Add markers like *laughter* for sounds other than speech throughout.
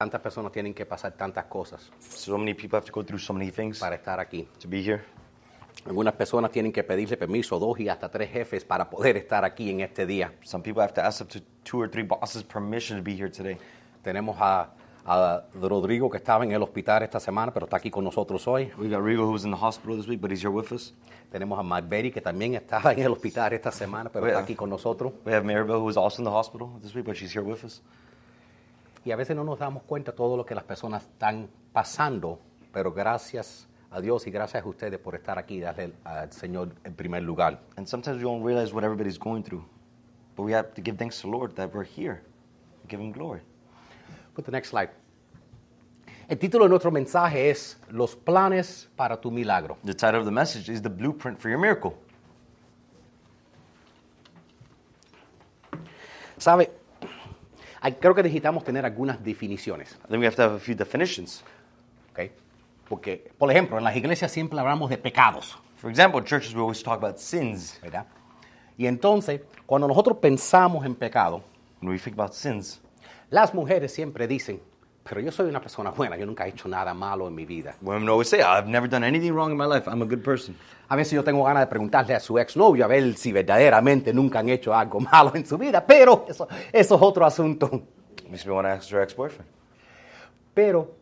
tantas personas tienen que pasar tantas cosas So many people have to go through so many things para estar aquí. to be here. Algunas personas tienen que pedirle permiso a dos y hasta tres jefes para poder estar aquí en este día. Some people have to ask up to two or three bosses permission to be here today. Tenemos a, a Rodrigo que estaba en el hospital esta semana, pero está aquí con nosotros hoy. We got Rigo who was in the hospital this week, but he's here with us. Tenemos a Marberry que también estaba en el hospital esta semana, pero está Bueno. aquí con nosotros. We have Maribel who was also in the hospital this week, but she's here with us. Y a veces no nos damos cuenta todo lo que las personas están pasando, pero gracias a Dios y gracias a ustedes por estar aquí y darle al Señor en primer lugar. And sometimes we don't realize what everybody's going through, but we have to give thanks to the Lord that we're here. Give Him glory. Put the next slide. El título de nuestro mensaje es Los planes para tu milagro. The title of the message is The Blueprint for Your Miracle. ¿Sabe? Ay, Creo que necesitamos tener algunas definiciones, Then we have to have a few definitions. ¿ok? Porque, por ejemplo, en las iglesias siempre hablamos de pecados, For example, in churches, we always talk about sins. ¿verdad? Y entonces, cuando nosotros pensamos en pecado, When we think about sins, las mujeres siempre dicen, pero yo soy una persona buena, yo nunca he hecho nada malo en mi vida. women always say, I've never done anything wrong in my life. I'm a good person. A veces yo tengo ganas de preguntarle a su exnovio a ver si verdaderamente nunca han hecho algo *laughs* malo en su vida, pero eso, eso es otro asunto. Makes me want to ask her ex boyfriend. Pero,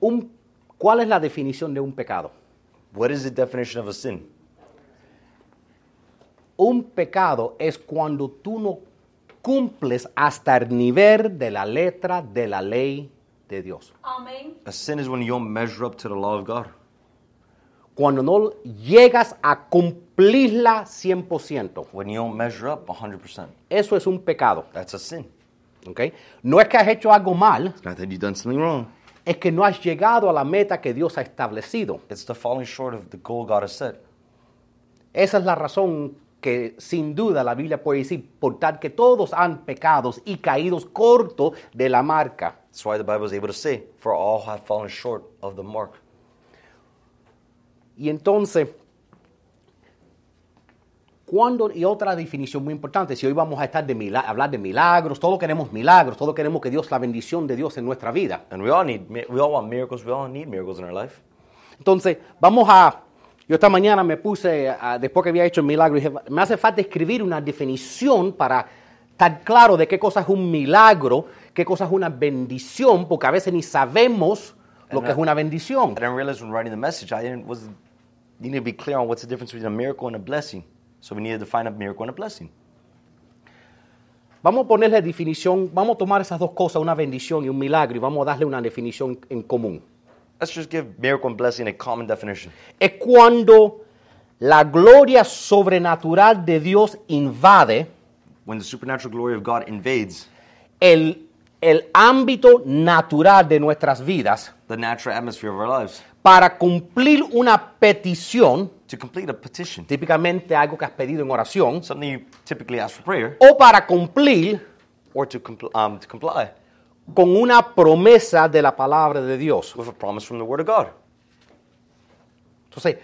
un- ¿cuál es la definición de un pecado? What is the definition of a sin? Un pecado es cuando tú no cumples hasta el nivel de la letra de la ley de Dios. Amém. A sin is when you don't measure up to the law of God. Cuando no llegas a cumplirla 100%. When you don't measure up 100%. Eso es un pecado. That's a sin. ¿ok? No es que has hecho algo mal, It's not that you've done something wrong. es que no has llegado a la meta que Dios ha establecido. It's the falling short of the goal God has set. Esa es la razón que sin duda la Biblia puede decir, por tal que todos han pecados y caídos corto de la marca. That's why the Bible is able to say, For all have fallen short of the mark. Y entonces, cuando, y otra definición muy importante, si hoy vamos a estar de mila- hablar de milagros, todos queremos milagros, todos queremos que Dios, la bendición de Dios en nuestra vida. And we all need, mi- we all want miracles. We all need miracles in our life. Entonces, vamos a, yo esta mañana me puse, a- después que había hecho el milagro, dije, me hace falta escribir una definición para estar claro de qué cosa es un milagro, qué cosa es una bendición, porque a veces ni sabemos lo que es una bendición. I didn't realize when writing the message, I didn't, was, needed to be clear on what's the difference between a miracle and a blessing. So we needed to find a miracle and a blessing. Vamos a ponerle definición, vamos a tomar esas dos cosas, una bendición y un milagro, y vamos a darle una definición en común. Let's just give miracle and blessing a common definition. Es cuando la gloria sobrenatural de Dios invade When the supernatural glory of God invades el, el ámbito natural de nuestras vidas the natural atmosphere of our lives para cumplir una petición, to complete a petition. típicamente algo que has pedido en oración, something you typically ask for prayer, o para cumplir or to, compl- um, to comply con una promesa de la palabra de Dios. with a promise from the Word of God. Entonces,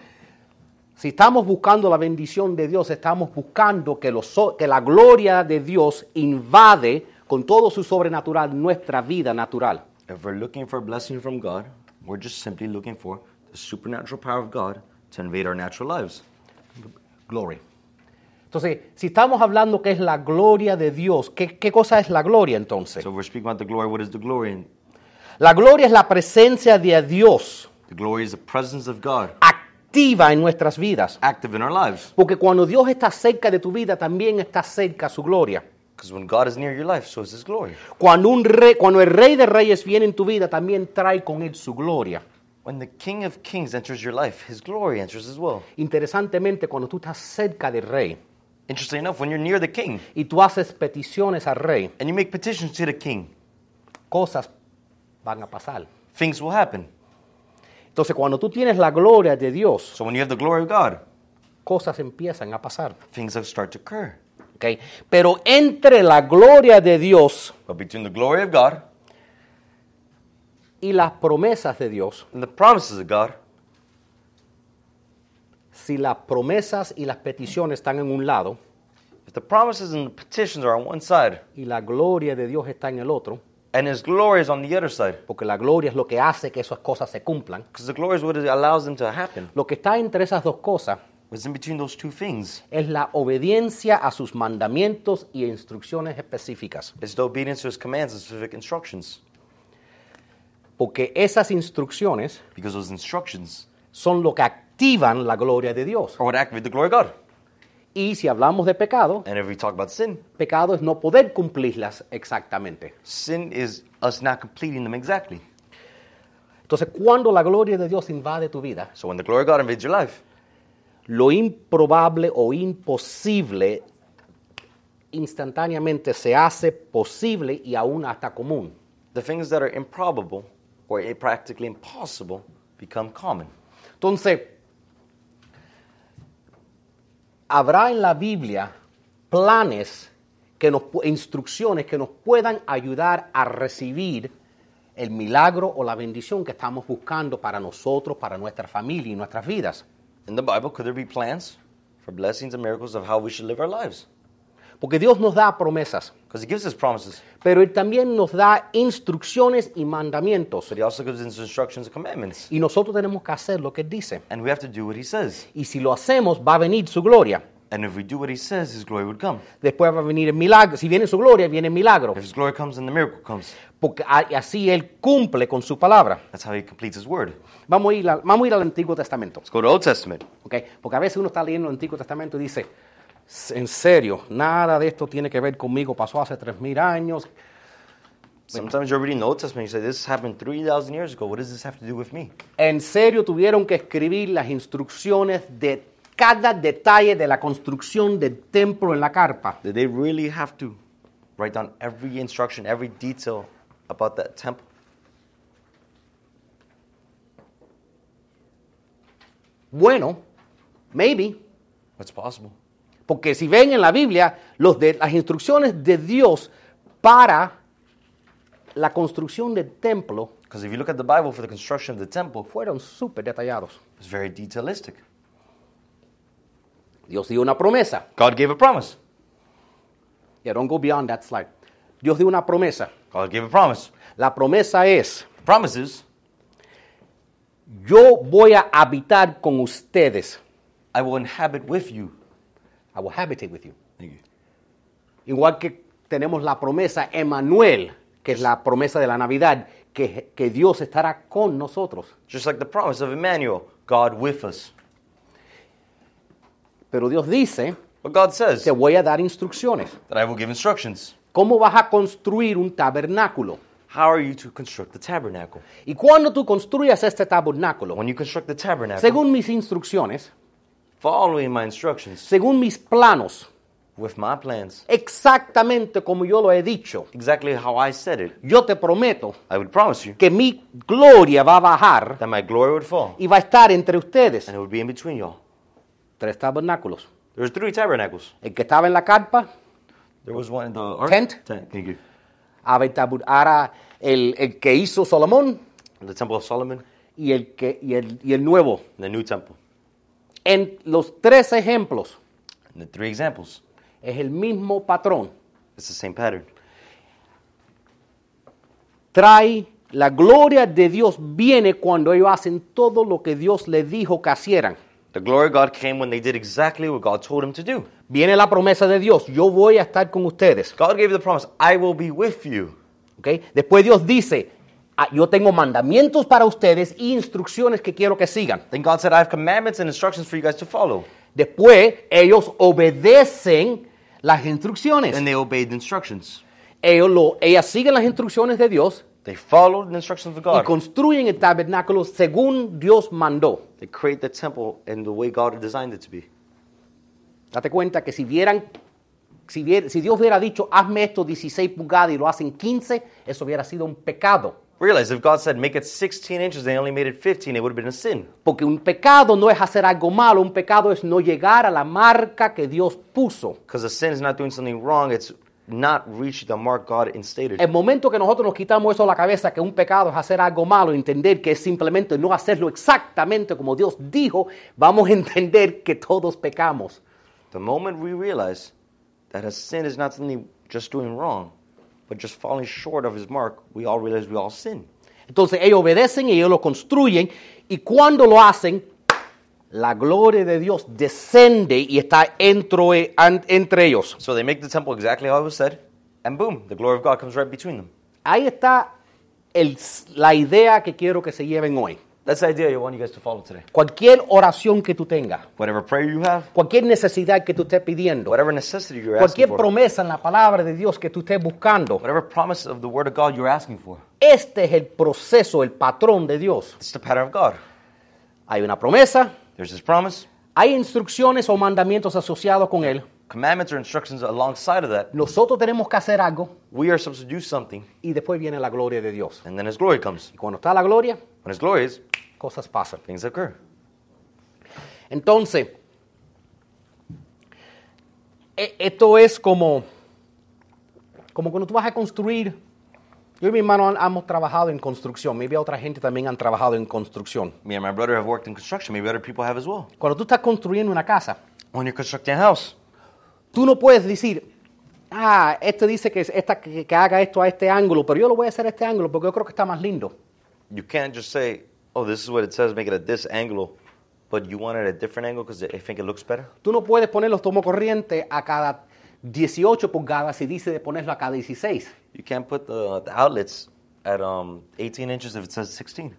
si estamos buscando la bendición de Dios, estamos buscando que, los so- que la gloria de Dios invade con todo su sobrenatural nuestra vida natural. If we're looking for a blessing from God, we're just simply looking for the supernatural power of God to invade our natural lives. Glory. Entonces, si estamos hablando que es la gloria de Dios, ¿qué, qué cosa es la gloria entonces? So if we're speaking about the glory. What is the glory? And La gloria es la presencia de Dios the glory is the presence of God activa en nuestras vidas. active in our lives. Porque cuando Dios está cerca de tu vida, también está cerca su gloria. Because when God is near your life, so is His glory. Cuando, un rey, cuando el rey de reyes viene en tu vida, también trae con él su gloria. When the King of Kings enters your life, His glory enters as well. Interesantemente, cuando tú estás cerca del rey Interesting enough, when you're near the King y tú haces peticiones al rey, and you make petitions to the King, cosas van a pasar. things will happen. Entonces, cuando tú tienes la gloria de Dios, So when you have the glory of God, cosas empiezan a pasar. things will start to occur. ¿ok? Pero entre la gloria de Dios But between the glory of God y las promesas de Dios, and the promises of God, si las promesas y las peticiones están en un lado if the promises and the petitions are on one side y la gloria de Dios está en el otro, And His glory is on the other side. porque la gloria es lo que hace que esas cosas se cumplan. Because the glory is what it allows them to happen. Lo que está entre esas dos cosas What's in between those two things es la obediencia a sus mandamientos y instrucciones específicas, is the obedience to His commands and specific instructions. porque esas instrucciones Because those instructions son lo que activan la gloria de Dios. are what activate the glory of God. Y si hablamos de pecado, And if we talk about sin, pecado es no poder cumplirlas exactamente. sin is us not completing them exactly. Entonces, cuando la gloria de Dios invade tu vida, So when the glory of God invades your life, lo improbable o imposible instantáneamente se hace posible y aún hasta común. the things that are improbable or i- practically impossible become common. Entonces, habrá en la Biblia planes, que nos, pu- instrucciones que nos puedan ayudar a recibir el milagro o la bendición que estamos buscando para nosotros, para nuestra familia y nuestras vidas. In the Bible, could there be plans for blessings and miracles of how we should live our lives? Porque Dios nos da promesas, Because He gives us promises, pero Él también nos da instrucciones y mandamientos. but He also gives us instructions and commandments. Y nosotros tenemos que hacer lo que Él dice. And we have to do what He says. Y si lo hacemos, va a venir su gloria. And if we do what He says, His glory would come. Después va a venir el milagro. Si viene su gloria, viene el milagro. If His glory comes, then the miracle comes. Porque a- así Él cumple con su palabra. That's how He completes His word. Vamos a ir, al- vamos a ir al Antiguo Testamento. Let's go to Old Testament. ¿ok? Porque a veces uno está leyendo el Antiguo Testamento y dice, "S- en serio, nada de esto tiene que ver conmigo. Pasó hace 3.000 años. Sometimes you're reading the Old Testament, you say, This happened 3,000 years ago. What does this have to do with me? En serio tuvieron que escribir las instrucciones de cada detalle de la construcción del templo en la carpa. Did they really have to write down every instruction, every detail about that temple? Bueno, maybe, It's possible. Porque si ven en la Biblia, los de- las instrucciones de Dios para la construcción del templo Because if you look at the Bible for the construction of the temple, fueron súper detallados. it's very detailistic. Dios dio una promesa. God gave a promise. Yeah, don't go beyond that slide. Dios dio una promesa. God gave a promise. La promesa es, Promises, yo voy a habitar con ustedes. I will inhabit with you. I will habitate with you. Thank you. Igual que tenemos la promesa Emanuel, que es la promesa de la Navidad, que, que Dios estará con nosotros. Just like the promise of Emmanuel, God with us. Pero Dios dice, But God says te that voy a dar instrucciones. I will give instructions. ¿Cómo vas a construir un tabernáculo? How are you to construct the tabernacle? Y cuando tú construyas este tabernáculo, When you construct the tabernacle, según mis instrucciones, following my instructions según mis planos, with my plans, exactamente como yo lo he dicho, exactly how I said it, yo te prometo I would promise you que mi gloria va a bajar that my glory would fall y va a estar entre ustedes. and it would be in between y'all. Tres tabernáculos. There's three tabernacles. El que estaba en la carpa, There was one in the ark. Tent? Tent. Thank you. había tabu- ahora el, el que hizo Salomón The temple of Solomon y el, que, y el, y el nuevo. and the new temple. En los tres ejemplos And the three examples. es el mismo patrón. It's the same pattern. trae la gloria de Dios viene cuando ellos hacen todo lo que Dios les dijo que hicieran. The glory of God came when they did exactly what God told them to do. Viene la promesa de Dios, yo voy a estar con ustedes. God gave the promise, I will be with you. ¿ok? Después Dios dice, "Ah, yo tengo mandamientos para ustedes e instrucciones que quiero que sigan. Then God said, I have commandments and instructions for you guys to follow. Después ellos obedecen las instrucciones. And they obeyed the instructions. Ellos lo- ellas siguen las instrucciones de Dios They followed the instructions of y God. construyen el tabernáculo según Dios mandó. They create the temple in the way God had designed it to be. Date cuenta que si vieran, si, vier- si Dios hubiera dicho, hazme esto 16 pulgadas y lo hacen 15, eso hubiera sido un pecado. Realize if God said, make it 16 inches, they only made it 15, it would have been a sin. Porque un pecado no es hacer algo malo, un pecado es no llegar a la marca que Dios puso. Because a sin is not doing something wrong, it's not reaching the mark God instated. El momento que nosotros nos quitamos eso de la cabeza, que un pecado es hacer algo malo, entender que es simplemente no hacerlo exactamente como Dios dijo, vamos a entender que todos pecamos. The moment we realize that a sin is not something just doing wrong, but just falling short of his mark, we all realize we all sin. Entonces ellos obedecen y ellos lo construyen y cuando lo hacen, la gloria de Dios descende y está entre, an- entre ellos. So they make the temple exactly how it was said, and boom, the glory of God comes right between them. Ahí está el- la idea que quiero que se lleven hoy. That's the idea I want you guys to follow today. Cualquier oración que tú tengas, Whatever prayer you have, cualquier necesidad que tú estés pidiendo, whatever necessity you're asking cualquier for, promesa en la palabra de Dios que tú estés buscando, whatever promise of the Word of God you're asking for, este es el proceso, el patrón de Dios. it's the pattern of God. Hay una promesa, There's His promise, hay instrucciones o mandamientos asociados con él. commandments or instructions alongside of that. Nosotros tenemos que hacer algo We are supposed to do something, y después viene la gloria de Dios. and then His glory comes. Y cuando está la gloria, When His glory is, cosas pasan. things occur. Entonces, e- esto es como, como cuando tú vas a construir. Yo y mi hermano han- hemos trabajado en construcción. Maybe otra gente también han trabajado en construcción. Me and my brother have worked in construction. Maybe other people have as well. Cuando tú estás construyendo una casa, When you're constructing a house, tú no puedes decir, ah, este dice que, es esta, que, que haga esto a este ángulo, pero yo lo voy a hacer a este ángulo porque yo creo que está más lindo. you can't just say, "Oh, this is what it says. Make it at this angle," but you want it at a different angle because I think it looks better. Tú no puedes poner los tomocorrientes a cada 18 pulgadas y dice de ponerlo a cada 16. You can't put the, the outlets at um, 18 inches if it says 16.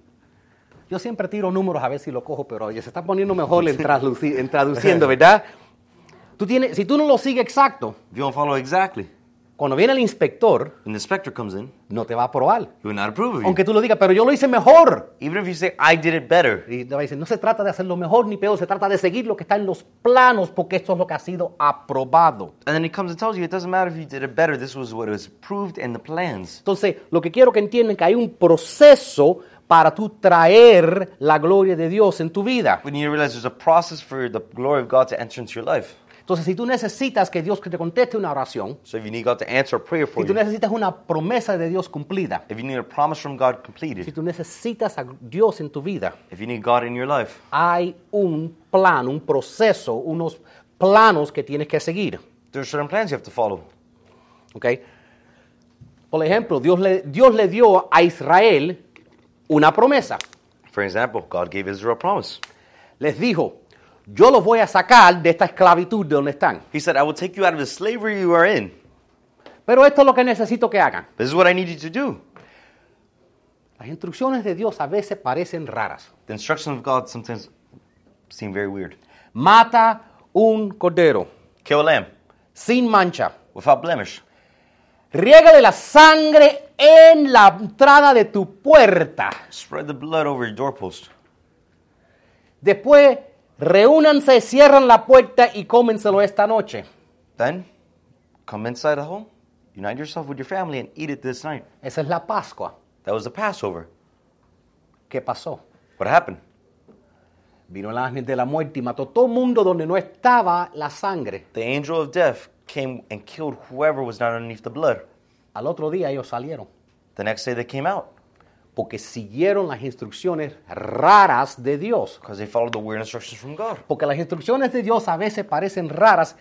Yo siempre tiro números a ver si lo cojo, pero oye, se está poniendo mejor en, trasluci- en *laughs* traduciendo, ¿verdad? Tú tienes, si tú no lo sigues exacto, If you don't follow exactly, cuando viene el inspector, when the inspector comes in, no te va a aprobar. he will not approve of you. Aunque tú lo digas, pero yo lo hice mejor. Even if you say, "I did it better," Y te va a decir, no se trata de hacerlo mejor ni peor, se trata de seguir lo que está en los planos, porque esto es lo que ha sido aprobado. and then he comes and tells you, "It doesn't matter if you did it better. This was what was approved in the plans." Entonces, lo que quiero que entiendan es que hay un proceso para tú traer la gloria de Dios en tu vida. We need to realize there's a process for the glory of God to enter into your life. Entonces, si tú necesitas que Dios te conteste una oración, So if you need God to answer a prayer for si tú you, necesitas una promesa de Dios cumplida, if you need a promise from God Si completed, tú necesitas a Dios en tu vida, if you need God in your life, hay un plan, un proceso, unos planos que tienes que seguir. there's certain plans you have to follow. ¿ok? Por ejemplo, Dios le, Dios le dio a Israel una promesa. For example, God gave Israel a promise. Les dijo, yo los voy a sacar de esta esclavitud de donde están. He said, I will take you out of the slavery you are in. Pero esto es lo que necesito que hagan. This is what I need you to do. Las instrucciones de Dios a veces parecen raras. The instructions of God sometimes seem very weird. Mata un cordero Kill a lamb sin mancha. without blemish. Riégale la sangre en la entrada de tu puerta. Spread the blood over your doorpost. Después, reúnanse, cierran la puerta y cómenselo esta noche. Then come inside the home, unite yourself with your family, and eat it this night. Esa es la Pascua. That was the Passover. ¿Qué pasó? What happened? Vino el ángel de la muerte y mató todo el mundo donde no estaba la sangre. The angel of death came and killed whoever was not underneath the blood. Al otro día ellos salieron The next day they came out porque siguieron las instrucciones raras de Dios. because they followed the weird instructions from God. Porque las instrucciones de Dios a veces parecen raras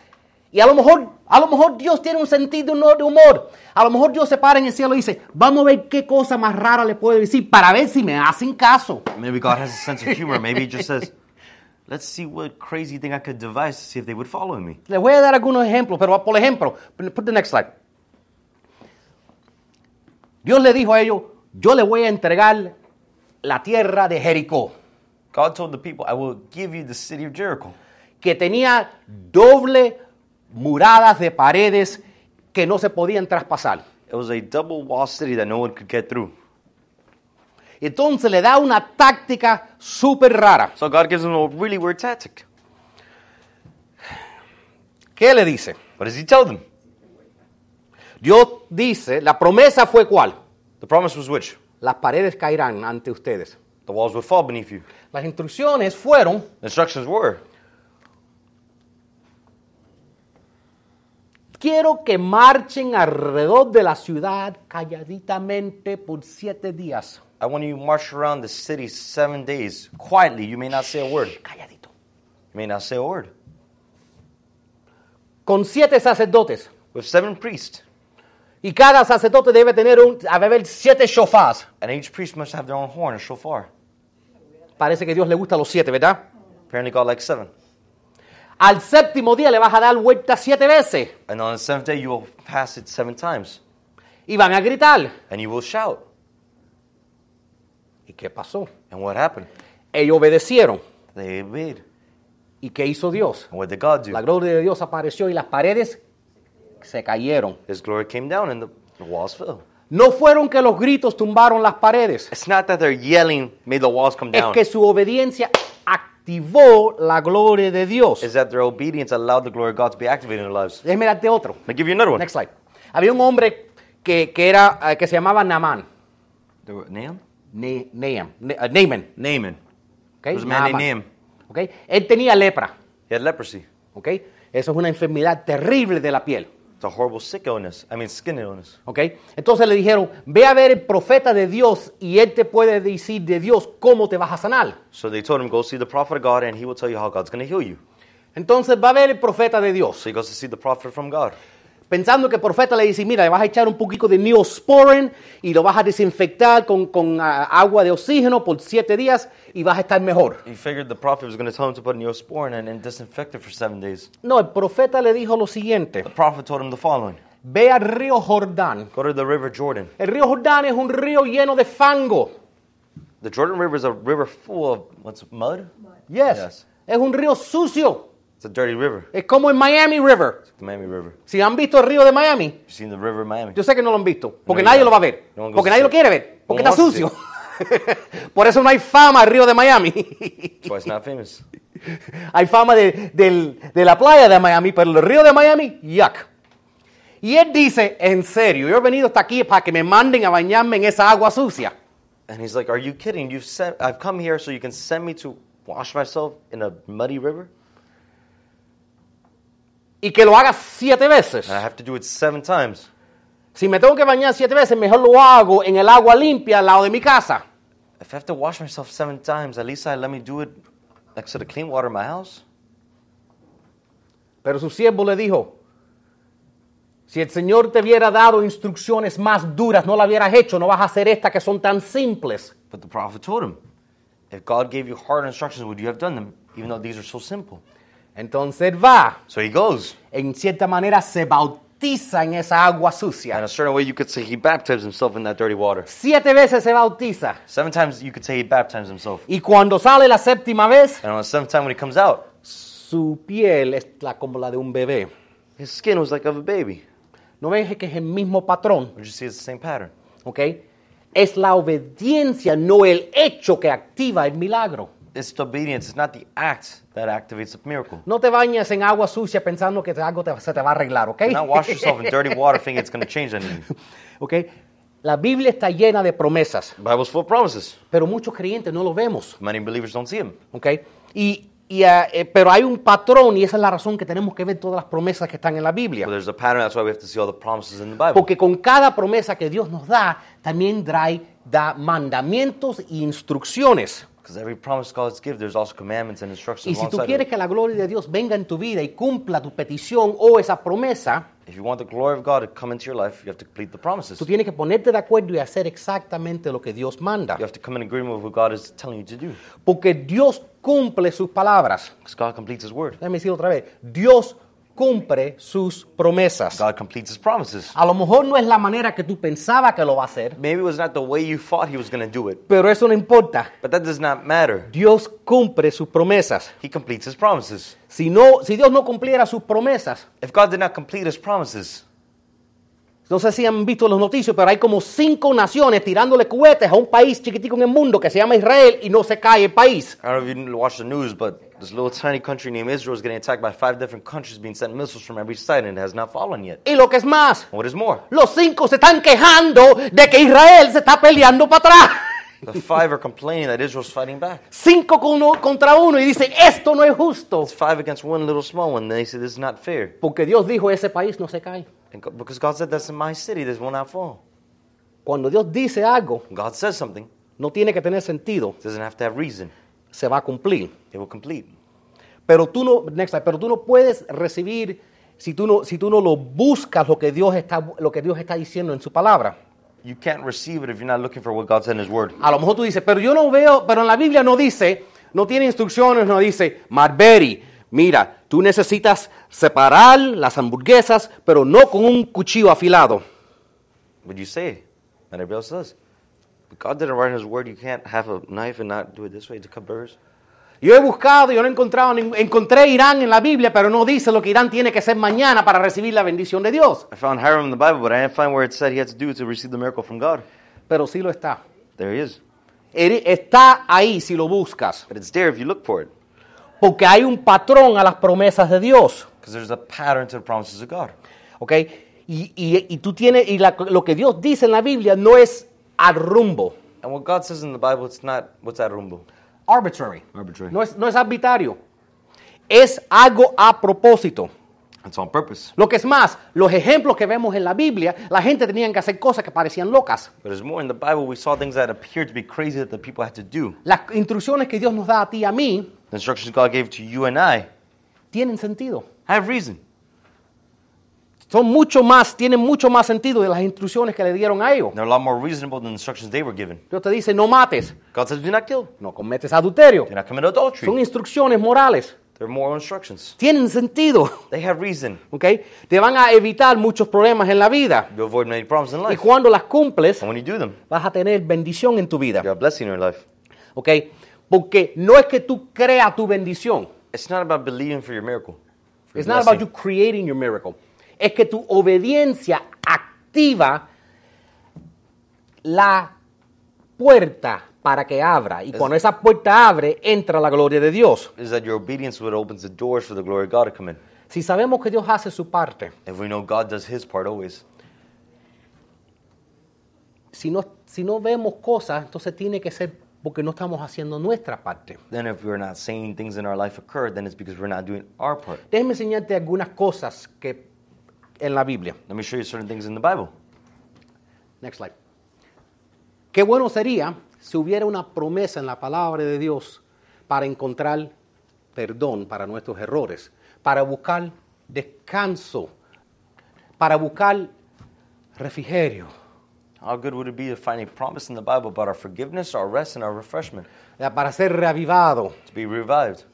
y a lo mejor, a lo mejor Dios tiene un sentido no de humor. A lo mejor Dios se para en el cielo y dice, vamos a ver qué cosa más rara le puedo decir para ver si me hacen caso. Maybe God has a sense of humor. Maybe he just says, let's see what crazy thing I could devise to see if they would follow me. Les voy a dar algunos ejemplos, pero por ejemplo, put the next slide. Dios le dijo a ellos, yo le voy a entregar la tierra de Jericó, God told the people, I will give you the city of Jericho. que tenía doble muradas de paredes que no se podían traspasar. It was a double wall city that no one could get through. Entonces le da una táctica súper rara. So God gives them a really weird tactic. ¿Qué le dice? What does he tell them? Dios dice, la promesa fue cuál? The promise was which? Las paredes caerán ante ustedes. The walls would fall beneath you. Las instrucciones fueron, The instructions were, Quiero que marchen alrededor de la ciudad calladitamente por siete días. I want you to march around the city seven days quietly. You may not say a word. You Calladito. may not say a word. Con siete sacerdotes With seven priests. Y cada sacerdote debe tener un, a haber siete shofars. And each priest must have their own horn or shofar. Parece que Dios le gusta los siete, ¿verdad? Apparently God likes seven. Al séptimo día le vas a dar vuelta siete veces And on the seventh day you will pass it seven times. y van a gritar. And you will shout. ¿Y qué pasó? And what happened? Ellos obedecieron. They obeyed. ¿Y qué hizo Dios? And what did God do? La gloria de Dios apareció y las paredes se cayeron. His glory came down and the, the walls fell. No fueron que los gritos tumbaron las paredes, It's not that they're yelling made the walls come es down. que su obediencia activó la gloria de Dios. It's that their obedience allowed the glory of God to be activated in their lives. Déjeme darte otro. Let me give you another one. Next slide. Había un hombre que, que era, eh, que se llamaba Naaman. There were- Naaman? Ne- Nahum, Ne- eh, Naaman. Naaman. Okay, There's a man named Naaman. Naaman. Okay. Él tenía lepra. He had leprosy. Okay. Eso es una enfermedad terrible de la piel. It's a horrible sick illness. I mean, skin illness. Okay. Entonces le dijeron, ve a ver el profeta de Dios y él te puede decir de Dios cómo te vas a sanar. So they told him, go see the prophet of God and he will tell you how God's going to heal you. Entonces va a ver el profeta de Dios, So he goes to see the prophet from God. pensando que el profeta le dice, mira, le vas a echar un poquito de neosporin y lo vas a desinfectar con, con, ah, agua de oxígeno por siete días y vas a estar mejor. He figured the prophet was going to tell him to put neosporin and, and disinfect it for seven days. No, el profeta le dijo lo siguiente, The prophet told him the following ve al río Jordán. Go to the river Jordan. El río Jordán es un río lleno de fango. The Jordan River is a river full of what's mud? Yes. Yes. Es un río sucio. It's a dirty river, Es como el Miami River. the Miami River. Si han visto el río de Miami, You've seen the river in Miami. Yo sé que no lo han visto, porque No, nadie ya. lo va a ver, No one goes porque to nadie see lo it. quiere ver, porque No está one sucio. wants *laughs* Por eso no hay fama al río de Miami. *laughs* That's why it's not famous. hay fama de, del- de la playa de Miami, pero el río de Miami, yuck. Y él dice, en serio, yo he venido hasta aquí para que me manden a bañarme en esa agua sucia. And he's like, Are you kidding? You've sent, I've come here so you can send me to wash myself in a muddy river? Y que lo haga siete veces. And I have to do it seven times. Si me tengo que bañar siete veces, mejor lo hago en el agua limpia al lado de mi casa. If I have to wash myself seven times, at least I let me do it next to the clean water in my house. Pero su siervo le dijo, si el Señor te hubiera dado instrucciones más duras, no las hubieras hecho, no vas a hacer estas que son tan simples. But the prophet told him, If God gave you hard instructions, would you have done them, even though these are so simple? Entonces él va, So he goes. en cierta manera se bautiza en esa agua And sucia. a certain way, you could say he baptized himself in that dirty water. Siete veces se bautiza. Seven times, you could say he baptized himself. Y cuando sale la séptima vez, And on the seventh time, when he comes out, su piel es la- como la de un bebé. his skin was like of a baby. ¿No ves que es el mismo patrón? Would you see it's the same pattern? ¿Ok? Es la obediencia, no el hecho que activa el milagro. It's the obedience. It's not the act that activates the miracle. No te bañes en agua sucia pensando que algo te- se te va a arreglar, ¿ok? Do not wash yourself in dirty water thinking it's going to change anything. *laughs* ¿ok? La Biblia está llena de promesas, The Bible's full of promises. pero muchos creyentes no lo vemos, Many believers don't see them. ¿ok? Y, y, ah, eh, pero hay un patrón y esa es la razón que tenemos que ver todas las promesas que están en la But Biblia, there's a pattern. That's why we have to see all the promises in the Bible. porque con cada promesa que Dios nos da también trae da mandamientos e instrucciones. Because every promise God's given, there's also commandments and Y instructions si tú alongside of quieres it. que la gloria de Dios venga en tu vida y cumpla tu petición o esa promesa, If you want the glory of God to come into your life, you have to complete the promises. tú You tienes que ponerte de acuerdo y hacer exactamente lo que Dios manda, have to come in agreement with what God is telling you to do. porque Dios cumple sus palabras. Because God completes His word. Déjame decirlo otra vez. Dios cumple sus promesas. God completes His promises. A lo mejor no es la manera que tú pensabas que lo va a hacer, Maybe it was not the way you thought He was going to do it. pero eso no importa. But that does not matter. Dios cumple sus promesas. He completes His promises. Si, no, si Dios no cumpliera sus promesas, If God did not complete His promises, no sé si han visto los noticias, pero hay como cinco naciones tirándole cohetes a un país chiquitico en el mundo que se llama Israel y no se cae el país. I don't know if you watch the news, but this little tiny country named Israel is getting attacked by five different countries being sent missiles from every side, and it has not fallen yet. Y lo que es más, And what is more, los cinco se están quejando de que Israel se está peleando para atrás. the five are complaining that Israel's fighting back. Cinco con uno- contra uno y dicen, esto no es justo. It's five against one little small one, and they say this is not fair. Porque Dios dijo, ese país no se cae. And God, because God said that's in my city, this will not fall. Cuando Dios dice algo, When God says something, it no tiene que tener sentido, doesn't have to have reason. se va a cumplir. It will complete. Pero tú no, next slide, pero tú no puedes recibir si tú no, si tú no lo buscas lo que, Dios está, lo que Dios está diciendo en su palabra. You can't receive it if you're not looking for what God said in His Word. A lo mejor tú dices, pero yo no veo, pero en la Biblia no dice, no tiene instrucciones, no dice, Marberry, mira, tú necesitas separar las hamburguesas, pero no con un cuchillo afilado. But you say it, and everybody else does. But God didn't write in His Word, you can't have a knife and not do it this way to cut burgers. Yo he buscado, yo no he encontrado, ning- encontré Irán en la Biblia, pero no dice lo que Irán tiene que hacer mañana para recibir la bendición de Dios. I found Hiram in the Bible, but I didn't find where it said he had to do it to receive the miracle from God. Pero sí lo está. There he is. Eri- Está ahí si lo buscas, But it's there if you look for it, porque hay un patrón a las promesas de Dios. because there's a pattern to the promises of God. ¿ok? Y, y- y tú tienes, y la- lo que Dios dice en la Biblia no es al rumbo, And what God says in the Bible, it's not what's at rumbo. arbitrary. Arbitrary. No es, no es arbitrario. Es algo a propósito. It's on purpose. Lo que es más, los ejemplos que vemos en la Biblia, la gente tenía que hacer cosas que parecían locas. But there's more in the Bible. We saw things that appeared to be crazy that the people had to do. Las instrucciones que Dios nos da a ti y a mí The instructions God gave to you and I tienen sentido. have reason. Son mucho más, tienen mucho más sentido de las instrucciones que le dieron a ellos. They're a lot more reasonable than the instructions they were given. Dios te dice, no mates, God says, do not kill. no cometes adulterio. Do not commit adultery. Son instrucciones morales. They're moral instructions. Tienen sentido. *laughs* They have reason. ¿ok? Te van a evitar muchos problemas en la vida. You avoid many problems in Y life. cuando las cumples, And when you do them, vas a tener bendición en tu vida. you're a blessing in your life. ¿ok? Porque no es que tú creas tu bendición. It's not about believing for your miracle. for your It's not blessing. about you creating your miracle. Es que tu obediencia activa la puerta para que abra. Y cuando esa puerta abre, entra la gloria de Dios. Is that your obedience what opens the doors for the glory of God to come in. Si sabemos que Dios hace su parte, If we know God does His part always, si no, si no vemos cosas, entonces tiene que ser porque no estamos haciendo nuestra parte. then if we're not saying things in our life occur, then it's because we're not doing our part. Déjeme enseñarte algunas cosas que en la Biblia. Let me show you certain things in the Bible. Next slide. Qué bueno sería si hubiera una promesa en la palabra de Dios para encontrar perdón para nuestros errores, para buscar descanso, para buscar refrigerio. How good would it be to find a promise in the Bible about our forgiveness, our rest, and our refreshment, eh, para ser reavivado. to be revived?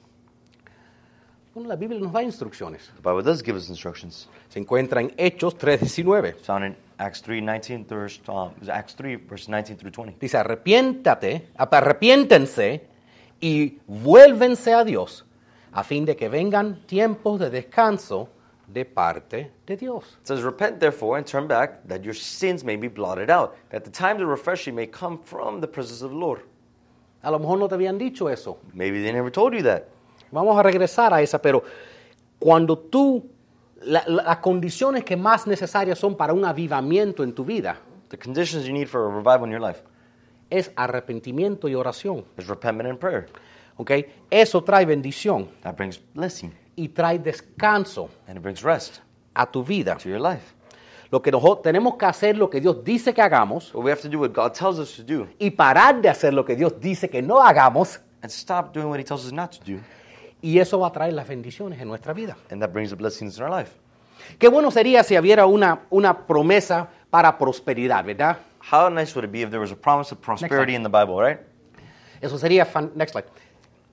Bueno, la Biblia nos da instrucciones. The Bible does give us instructions. Se encuentra en Hechos 3:19. It's found in Acts 3, 19 through, um, Acts 3, verse 19 through 20. Dice, arrepiéntate, arrepiéntense y vuélvense a Dios a fin de que vengan tiempos de descanso de parte de Dios. It says, Repent therefore and turn back, that your sins may be blotted out, that the time to refresh you may come from the presence of the Lord. A lo mejor no te habían dicho eso. Maybe they never told you that. Vamos a regresar a esa, pero cuando tú, la- la- las condiciones que más necesarias son para un avivamiento en tu vida The conditions you need for a revival in your life es arrepentimiento y oración. is repentment and prayer. ¿ok? Eso trae bendición That brings blessing y trae descanso and it brings rest a tu vida. to your life. Lo que nosotros tenemos que hacer, lo que Dios dice que hagamos, But we have to do what God tells us to do y parar de hacer lo que Dios dice que no hagamos and stop doing what He tells us not to do. y eso va a traer las bendiciones en nuestra vida. And that brings the blessings in our life. Qué bueno sería si hubiera una, una promesa para prosperidad, ¿verdad? How nice would it be if there was a promise of prosperity in the Bible, right? Eso sería, fan- next slide.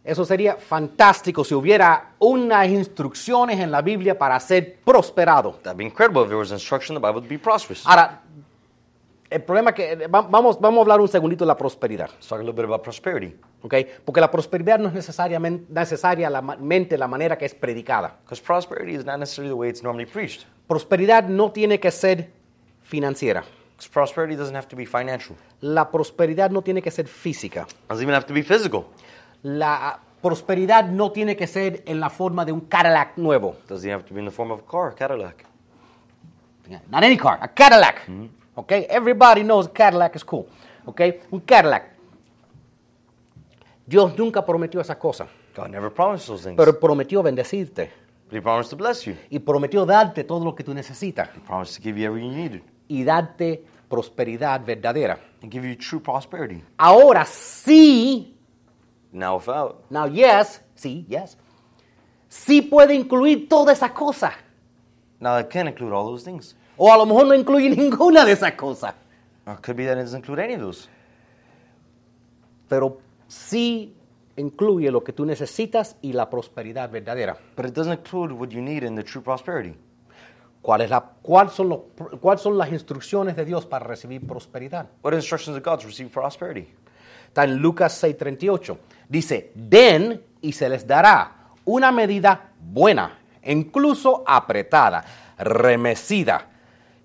Eso sería fantástico si hubiera unas instrucciones en la Biblia para ser prosperado. That'd be incredible if there was instruction in the Bible to be prosperous. Ahora, el problema que eh, va- vamos, vamos a hablar un segundito de la prosperidad, Let's talk a little bit about prosperity. ¿ok? Porque la prosperidad no es necesariamente necesaria la ma- mente, la manera que es predicada. Because prosperity is not necessarily the way it's normally preached. Prosperidad no tiene que ser financiera. Because prosperity doesn't have to be financial. La prosperidad no tiene que ser física. It doesn't even have to be physical. La prosperidad no tiene que ser en la forma de un Cadillac nuevo. It doesn't have to be in the form of a car, Cadillac. Not any car, a Cadillac. Okay? Everybody knows Cadillac is cool. Okay? Un Cadillac. Dios nunca prometió esas cosas, God never promised those things. pero prometió bendecirte But he promised to bless you. y prometió darte todo lo que tú necesitas He promised to give you everything you needed y darte prosperidad verdadera. and give you true prosperity. Ahora sí, Now uh, without, now yes, sí, yes, sí puede incluir todas esas cosas. Now, it can include all those things. O a lo mejor no incluye *laughs* ninguna de esas cosas. Or it could be that it doesn't include any of those. Pero sí incluye lo que tú necesitas y la prosperidad verdadera. But it doesn't include what you need in the true prosperity. ¿Cuál, es la, cuál, son los, cuál son las instrucciones de Dios para recibir prosperidad? What instructions of God to receive prosperity? Está en Lucas 6:38. Dice, den y se les dará una medida buena, incluso apretada, remecida,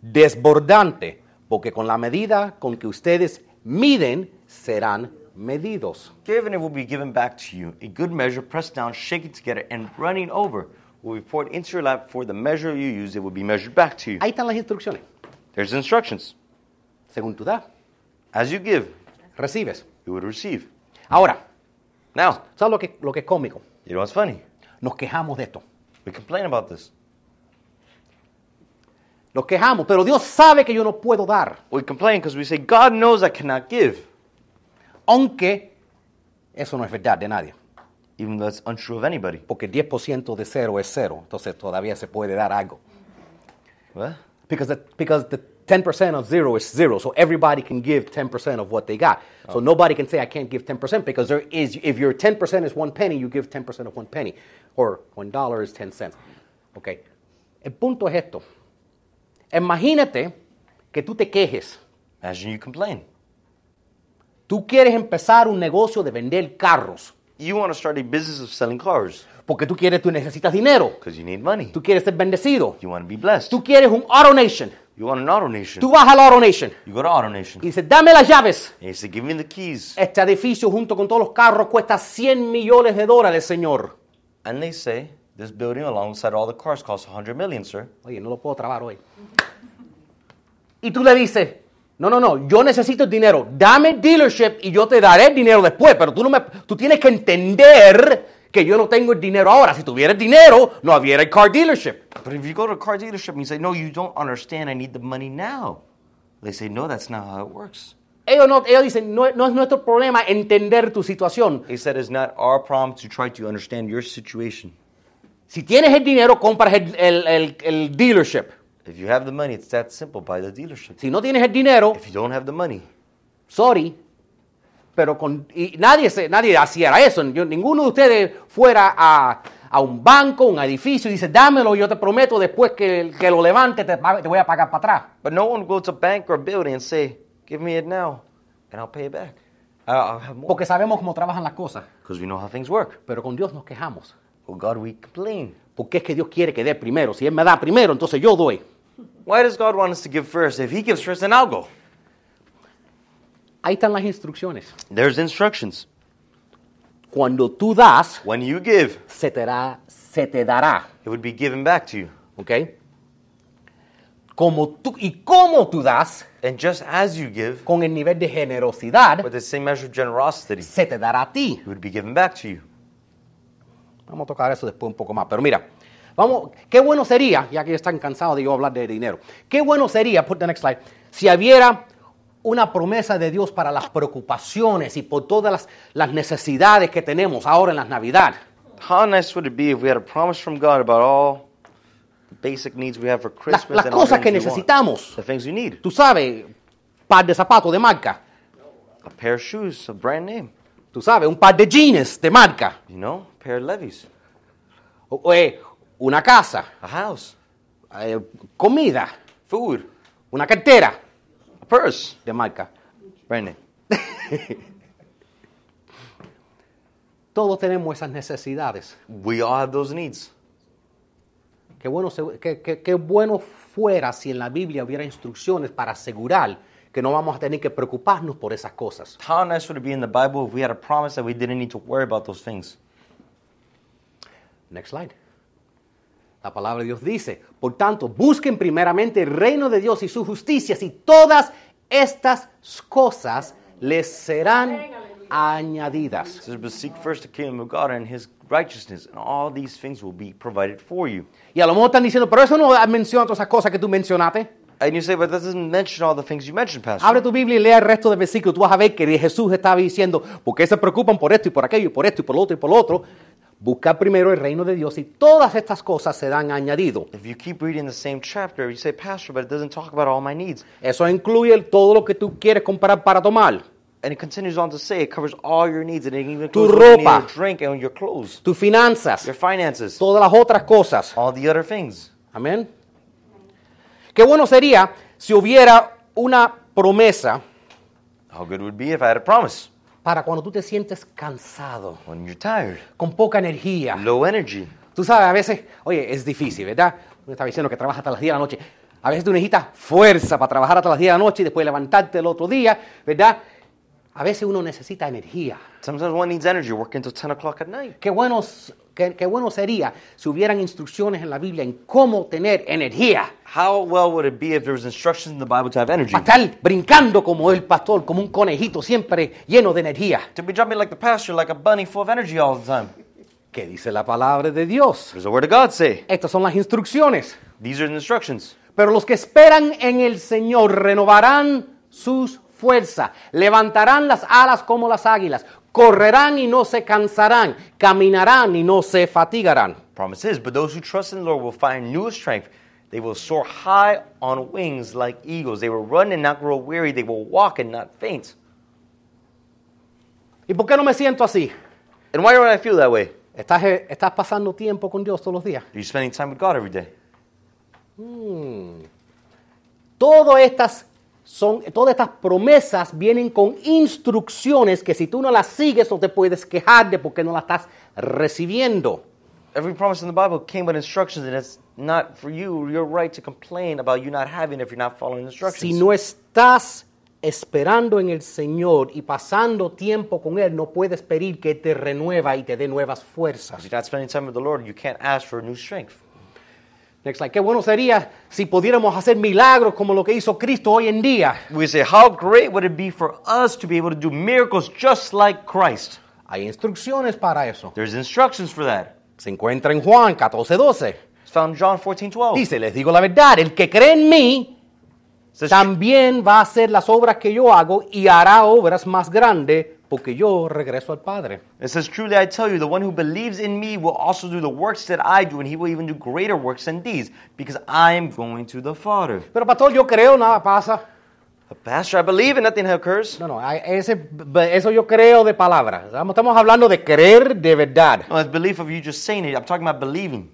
desbordante, porque con la medida con que ustedes miden serán medidos. Given it will be given back to you, a good measure pressed down, shaken together, and running over will be poured into your lap. For the measure you use, it will be measured back to you. Ahí están las instrucciones. There's instructions. Según tú das, As you give, recibes. you would receive. Ahora, Now, ¿sabes lo que, lo que es cómico? you know what's funny? Nos quejamos de esto. We complain about this. Nos quejamos, pero Dios sabe que yo no puedo dar, We complain because we say, God knows I cannot give, aunque eso no es verdad de nadie. even though that's untrue of anybody. porque 10% de cero es cero, entonces todavía se puede dar algo. What? Because the, because the 10% of zero is zero, so everybody can give 10% of what they got. So nobody can say I can't give 10% because there is if your 10% is one penny, you give 10% of one penny or one dollar is 10 cents. Okay. El punto es esto. Imagínate que tú te quejes. Imagine you complain. Tú quieres empezar un negocio de vender carros You want to start a business of selling cars porque tú quieres, tú necesitas dinero. because you need money. Tú quieres ser bendecido. You want to be blessed. Tú quieres un Auto Nation. You want an auto nation. Tú vas al Auto Nation. You go to auto nation. Y dice, dame las llaves. And you say, give me the keys. Este edificio junto con todos los carros cuesta 100 millones de dólares, señor. And they say, this building alongside all the cars costs 100 million, sir. Oye, no lo puedo trabar hoy. Y tú le dices, no, no, no, yo necesito el dinero. Dame el dealership y yo te daré el dinero después. Pero tú, no me, tú tienes que entender que yo no tengo el dinero ahora. Si tuviera el dinero, no hubiera el car dealership. But if you go to a car dealership and you say, no, you don't understand, I need the money now. They say, no, that's not how it works. Ellos, no, ellos dicen, no, no es nuestro problema entender tu situación. They said, it's not our problem to try to understand your situation. Si tienes el dinero, compras el- el- el- el dealership. If you have the money, it's that simple. Buy the dealership. Si no tienes el dinero, If you don't have the money, sorry, pero con, y nadie, se- nadie hacía eso. Yo- ninguno de ustedes fuera a, a un banco, un edificio, y dice, dámelo, yo te prometo, después que, que lo levante, te, pa- te voy a pagar para atrás. but no one will go to a bank or a building and say, give me it now, and I'll pay it back. I- I'll have more. Porque sabemos cómo trabajan las cosas, Because we know how things work. pero con Dios nos quejamos. Well, God, we complain. Porque es que Dios quiere que dé primero. Si Él me da primero, entonces yo doy. Why does God want us to give first? If He gives first, then I'll go. Ahí están las instrucciones. There's instructions. Cuando tú das, When you give, se te, da- se te dará. it would be given back to you. ¿Ok? Como tú, y cómo tú das, And just as you give, con el nivel de generosidad, with the same measure of generosity, se te dará a ti. it would be given back to you. Vamos a tocar eso después un poco más. Pero mira, vamos, qué bueno sería, ya que ya están cansados de yo hablar de dinero, qué bueno sería, put the next slide, si hubiera una promesa de Dios para las preocupaciones y por todas las, las necesidades que tenemos ahora en la Navidad. How nice would it be if we had a promise from God about all the basic needs we have for Las, Christmas las and all cosas the que things we want? necesitamos. The things we need. Tú sabes, par de zapatos de marca. A pair of shoes, a brand name, Tú sabes, un par de jeans de marca. you know, a pair of levies, O- o, eh, una casa, a house, eh, comida, food, una cartera a purse, de marca. brand name. Todos tenemos esas necesidades. We all have those needs. Qué bueno, se- qué- qué- qué bueno fuera si en la Biblia hubiera instrucciones para asegurar que no vamos a tener que preocuparnos por esas cosas. How nice would it be in the Bible if we had a promise that we didn't need to worry about those things? Next slide. La palabra de Dios dice, por tanto, busquen primeramente el reino de Dios y su justicia, y todas estas cosas les serán añadidas. It says, But seek first the kingdom of God and his righteousness, and all these things will be provided for you. Y a lo mejor están diciendo, pero eso no menciona todas esas cosas que tú mencionaste. And you say, But that doesn't mention all the things you mentioned, Pastor. Abre tu Biblia y lea el resto del versículo. Tú vas a ver que Jesús estaba diciendo, porque se preocupan por esto y por aquello y por esto y por lo otro y por lo otro. Busca primero el reino de Dios y todas estas cosas serán añadido. If you keep reading the same chapter, you say, Pastor, but it doesn't talk about all my needs. Eso incluye todo lo que tú quieres comprar para tomar, And it continues on to say it covers all your needs, and it even Tu includes what you need ropa. to drink and your clothes, tus finanzas, your finances, todas las otras cosas. all the other things. Amén. Qué bueno sería si hubiera una promesa How good it would be if I had a promise para cuando tú te sientes cansado, when you're tired, con poca energía. low energy. Tú sabes, a veces, oye, es difícil, ¿verdad? Uno está diciendo que trabaja hasta las 10 de la noche. A veces tú necesitas fuerza para trabajar hasta las 10 de la noche y después levantarte el otro día, ¿verdad? A veces uno necesita energía. Sometimes one needs energy, working until 10 o'clock at night. Qué bueno, qué, qué bueno sería si hubieran instrucciones en la Biblia en cómo tener energía. How well would it be if there was instructions in the Bible to have energy? Para estar brincando como el pastor, como un conejito siempre lleno de energía. To be jumping like the pasture, like a bunny full of energy all the time. ¿Qué dice la palabra de Dios? There's the word of God say. Estas son las instrucciones. These are the instructions. Pero los que esperan en el Señor renovarán sus fuerzas, levantarán las alas como las águilas, correrán y no se cansarán, caminarán y no se fatigarán. Promise is, but those who trust in the Lord will find new strength. They will soar high on wings like eagles. They will run and not grow weary. They will walk and not faint. ¿Y por qué no me siento así? And why would I feel that way? ¿Estás, eh, estás pasando tiempo con Dios todos los días? You're spending time with God every day. Todas estas, son, todas estas promesas vienen con instrucciones que si tú no las sigues no te puedes quejar de por qué no las estás recibiendo. Every promise in the Bible came with instructions, and it's not for you your right to complain about you not having if you're not following Si instructions. no estás esperando en el Señor y pasando tiempo con Él, no puedes pedir que te renueva y te dé nuevas If fuerzas. you're not spending time with the Lord, you can't ask for new strength. Next slide. Qué bueno sería si pudiéramos hacer milagros como lo que hizo Cristo hoy en día. We say, How great would it be for us to be able to do miracles just like Christ? Hay instrucciones para eso. There's instructions for that. Se encuentra en Juan 14, 12. It's found in John 14 12. Dice, les digo la verdad, el que cree en mí says, también va a hacer las obras que yo hago y hará obras más grandes porque yo regreso al Padre. It says, Truly I tell you, the one who believes in me will also do the works that I do, and he will even do greater works than these, because I am going to the Father. Pero pastor, yo creo, nada pasa. But Pastor, I believe and nothing occurs. No, no, a- ese- b- eso yo creo de palabra. Estamos estamos hablando de creer de verdad. No, it's belief of you just saying it. I'm talking about believing.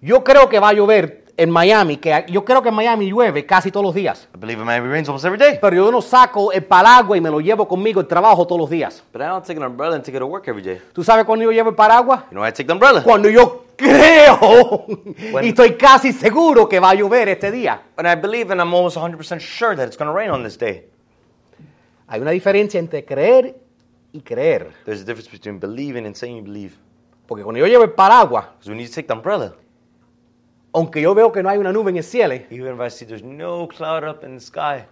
Yo creo que va a llover en Miami, que a- yo creo que en Miami llueve casi todos los días. I believe in Miami rains almost every day. Pero yo no saco el paraguas y me lo llevo conmigo al trabajo todos los días. But I don't take an umbrella and take it to work every day. ¿Tú sabes cuándo yo llevo el paraguas? You know, why I take the umbrella. Cuando yo creo Bueno. y estoy casi seguro que va a llover este día. And I believe and I'm almost 100% sure that it's going to rain on this day. Hay una diferencia entre creer y creer. There's a difference between believing and saying you believe. Porque cuando yo llevo el paraguas, Because when you take the umbrella, aunque yo veo que no hay una nube en el cielo, even if I see there's no cloud up in the sky,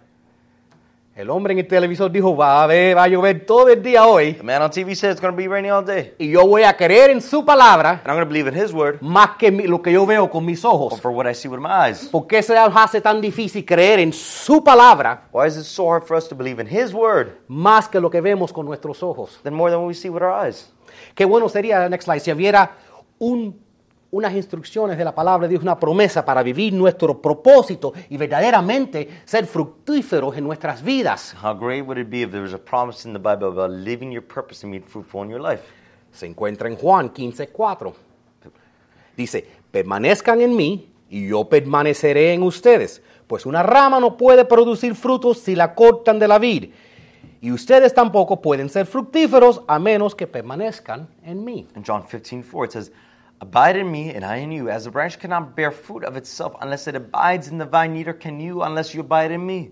el hombre en el televisor dijo, va a, haber- va a llover todo el día hoy. the man on TV said it's going to be raining all day. y yo voy a creer en su palabra And I'm going to believe in his word. más que mi- lo que yo veo con mis or ojos. for what I see with my eyes. ¿Por qué se nos hace tan difícil creer en su palabra Why is it so hard for us to believe in His word más que lo que vemos con nuestros ojos? than more than what we see with our eyes? Qué bueno sería, next slide, si hubiera un- unas instrucciones de la palabra de Dios, una promesa para vivir nuestro propósito y verdaderamente ser fructíferos en nuestras vidas. How great would it be if there was a promise in the Bible about living your purpose and being fruitful in your life? Se encuentra en Juan 15:4. Dice, permanezcan en mí y yo permaneceré en ustedes, pues una rama no puede producir frutos si la cortan de la vid, y ustedes tampoco pueden ser fructíferos a menos que permanezcan en mí. In John 15, 4, it says, Abide in me and I in you, as the branch cannot bear fruit of itself unless it abides in the vine, neither can you unless you abide in me.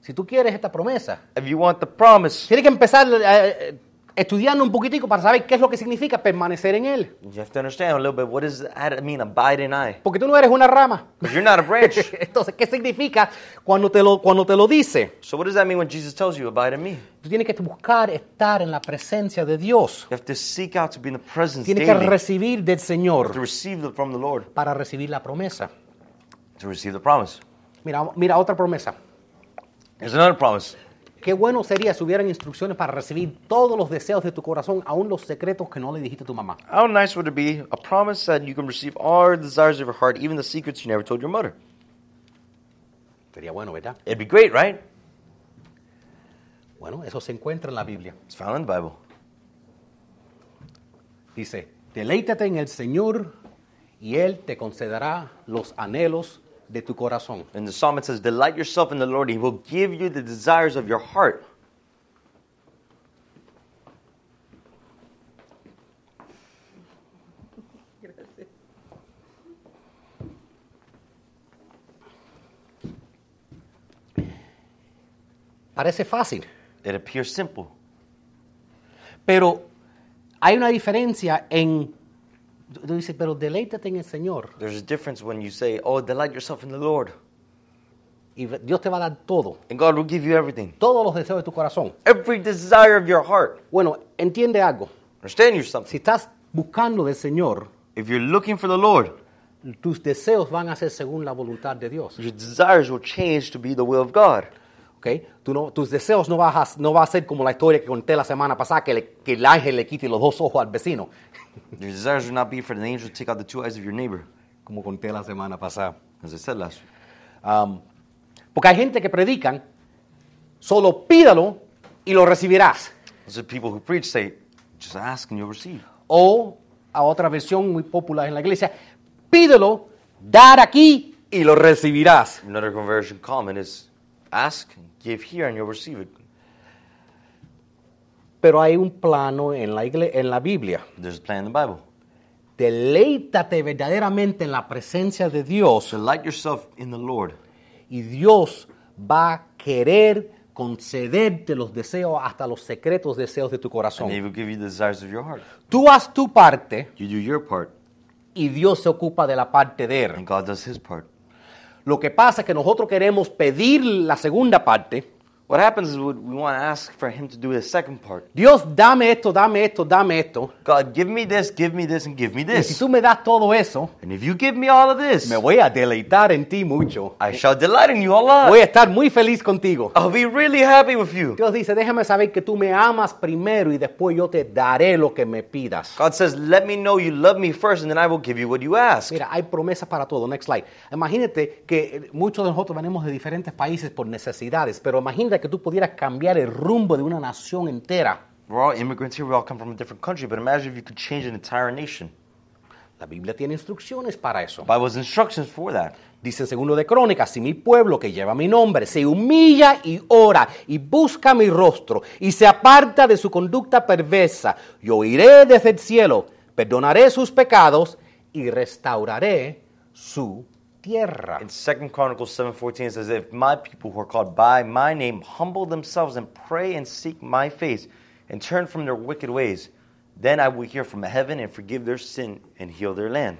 Si tú quieres esta promesa, If you want the promise, tienes que empezar eh, estudiando un poquitico para saber qué es lo que significa permanecer en él, you have to understand a little bit what does that mean, abide in I? porque tú no eres una rama. *laughs* Because you're not a branch. Entonces, ¿qué significa cuando te lo, cuando te lo dice? so what does that mean when Jesus tells you, abide in me? You Tú tienes que buscar estar en la presencia de Dios. have to seek out to be in the presence Tiene que daily. recibir del to Señor receive the, from the Lord, para recibir la promesa. to receive the promise. Mira, mira otra promesa. There's another promise. Qué bueno sería si hubieran instrucciones para recibir todos los deseos de tu corazón, aún los secretos que no le dijiste a tu mamá. How nice would it be? A promise that you can receive all the desires of your heart, even the secrets you never told your mother. Sería bueno, ¿verdad? It'd be great, right? Bueno, eso se encuentra en la Biblia. It's found in the Bible. Dice, deleítate en el Señor y Él te concederá los anhelos de tu corazón. And the psalm it says, Delight yourself in the Lord, he will give you the desires of your heart. Parece fácil, It appears simple. pero hay una diferencia en... tú- Tú dices, pero deleítate en el Señor There's a difference when you say, Oh, delight yourself in the Lord, y ve- Dios te va a dar todo, and God will give you everything. todos los deseos de tu corazón. Every desire of your heart. Bueno, entiende algo. Understand you something. Si estás buscando del Señor, If you're looking for the Lord, tus deseos van a ser según la voluntad de Dios. your desires will change to be the will of God. ¿ok? Tú no- tus deseos no van a, no va a ser como la historia que conté la semana pasada, que, le- que el ángel le quite los dos ojos al vecino, Your desires will not be for the angel to take out the two eyes of your neighbor, como conté la semana pasada. as I said last week. Um, porque hay gente que predican, solo pídalo y lo recibirás. So people who preach say, Just ask and you'll receive. O a otra versión muy popular en la iglesia, pídelo, dar aquí y lo recibirás. Another conversion common is, Ask, give here, and you'll receive it. Pero hay un plano en la, igle- en la Biblia. There's a plan in the Bible. Deleítate verdaderamente en la presencia de Dios Delight yourself in the Lord, y Dios va a querer concederte los deseos hasta los secretos deseos de tu and He corazón. will give you the desires of your heart. Tú haz tu parte You do your part, y Dios se ocupa de la parte de él. and God does His part. Lo que pasa es que nosotros queremos pedir la segunda parte. What happens is we we want to ask for Him to do the second part. Dios, dame esto, dame esto, dame esto. God, give me this, give me this, and give me Y si *laughs* this. tú me das todo eso, And if you give me all of this, me voy a deleitar en ti mucho. I shall delight in you, Allah. Voy a estar muy feliz contigo. I'll be really happy with you. Dios dice, déjame saber que tú me amas primero y después yo te daré lo que me pidas. God says, Let me know you love me first, and then I will give you what you ask. Mira, hay promesas para todo. Next slide. Imagínate que eh, muchos de nosotros venimos de diferentes países por necesidades, pero imagínate que tú pudieras cambiar el rumbo de una nación entera. We're all immigrants here, we all come from a different country, but imagine if you could change an entire nation. La Biblia tiene instrucciones para eso. Bible's instructions for that. Dice en segundo de Crónicas, si mi pueblo que lleva mi nombre se humilla y ora y busca mi rostro y se aparta de su conducta perversa, yo iré desde el cielo, perdonaré sus pecados y restauraré su tierra. In Second Chronicles 7.14, it says, If my people who are called by my name humble themselves and pray and seek my face and turn from their wicked ways, then I will hear from heaven and forgive their sin and heal their land.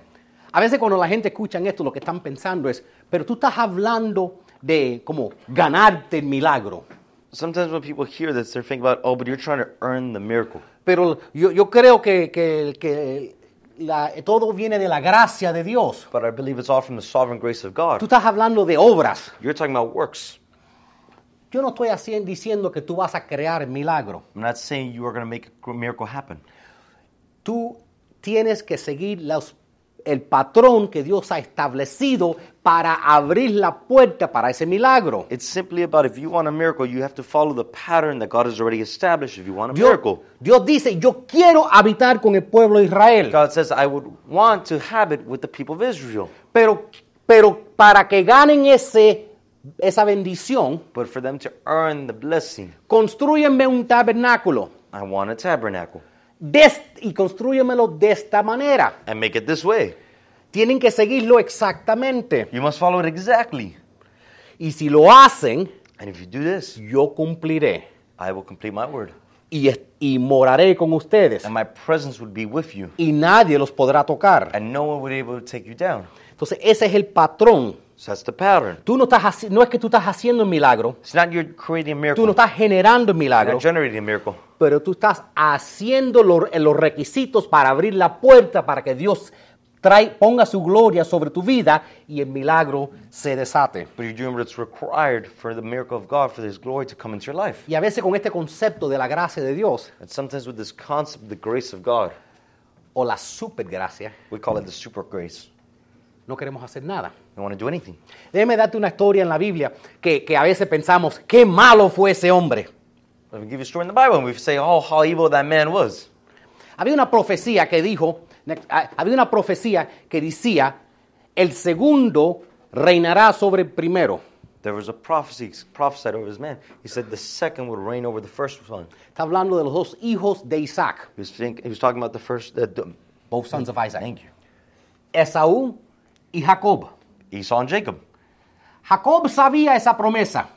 A veces cuando la gente escucha esto, lo que están pensando es, pero tú estás hablando de como ganarte el milagro. Sometimes when people hear this, they're thinking about, oh, but you're trying to earn the miracle. Pero yo, yo creo que, que- que la- todo viene de la gracia de Dios. But I believe it's all from the sovereign grace of Tú God. estás hablando de obras. You're talking about works. Yo no estoy haciendo, diciendo que tú vas a crear el milagro. I'm not saying you are going to make a miracle happen. Tú tienes que seguir los- el patrón que Dios ha establecido para abrir la puerta para ese milagro. It's simply about if you want a miracle, you have to follow the pattern that God has already established if you want a Dios, miracle. Dios dice, yo quiero habitar con el pueblo de Israel. God says, I would want to have it with the people of Israel. Pero, pero para que ganen ese, esa bendición, But for them to earn the blessing, construyenme un tabernáculo I want a tabernacle de est- y construyemelo de esta manera. and make it this way. Tienen que seguirlo exactamente. You must follow it exactly. Y si lo hacen, And if you do this, yo cumpliré I will complete my word. y, es- y moraré con ustedes. And my presence would be with you. Y nadie los podrá tocar. And no one would be able to take you down. Entonces ese es el patrón. So that's the pattern. Tú no, estás, haci- no es que tú estás haciendo un milagro, It's not you're creating a miracle. tú no estás generando un You're milagro, not generating a miracle. pero tú estás haciendo lo- los requisitos para abrir la puerta para que Dios trae- ponga su gloria sobre tu vida y el milagro se desate. But you're doing what's required for the miracle of God, for His glory to come into your life. Y a veces con este concepto de la gracia de Dios And sometimes with this concept, the grace of God, o la supergracia, we call it the super grace. no queremos hacer nada. You don't want to do anything. Déjeme darte una historia en la Biblia que, que a veces pensamos, qué malo fue ese hombre. Let me give you a story in the Bible, and we say, oh, how evil that man was. Había una profecía que dijo, ah, había una profecía que decía, el segundo reinará sobre el primero. There was a prophecy prophesied over his man. He said the second would reign over the first one. Está hablando de los dos hijos de Isaac. He was, think, he was talking about the first, uh, d- Both sons of Isaac. thank you, Esaú y Jacob. Esau and Jacob. Jacob sabía esa promesa.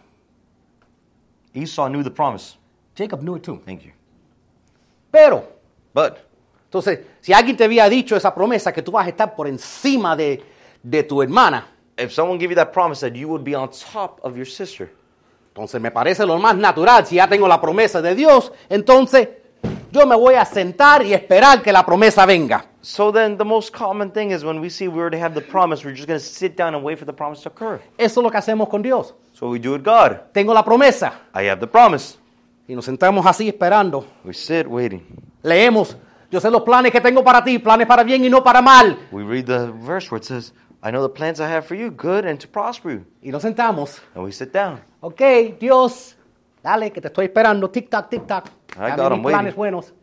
Esau knew the promise. Jacob knew it too. Thank you. Pero, But entonces, si alguien te había dicho esa promesa que tú vas a estar por encima de, de tu hermana, if someone gave you that promise that you would be on top of your sister, entonces me parece lo más natural. Si ya tengo la promesa de Dios, entonces yo me voy a sentar y esperar que la promesa venga. so then the most common thing is when we see we already have the promise, we're just going to sit down and wait for the promise to occur. Eso es lo que hacemos con Dios. So we do it God. Tengo la promesa I have the promise. y nos sentamos así esperando. We sit waiting. Leemos, yo sé los planes que tengo para ti, planes para bien y no para mal. We read the verse where it says, I know the plans I have for you, good and to prosper you. Y nos sentamos. And we sit down. Ok, Dios, dale, que te estoy esperando. Tic tac, tic tac. Dame got mis him planes waiting. buenos.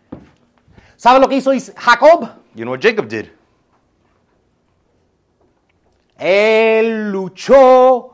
¿Sabe lo que hizo Is- Jacob? You know what Jacob did? Él luchó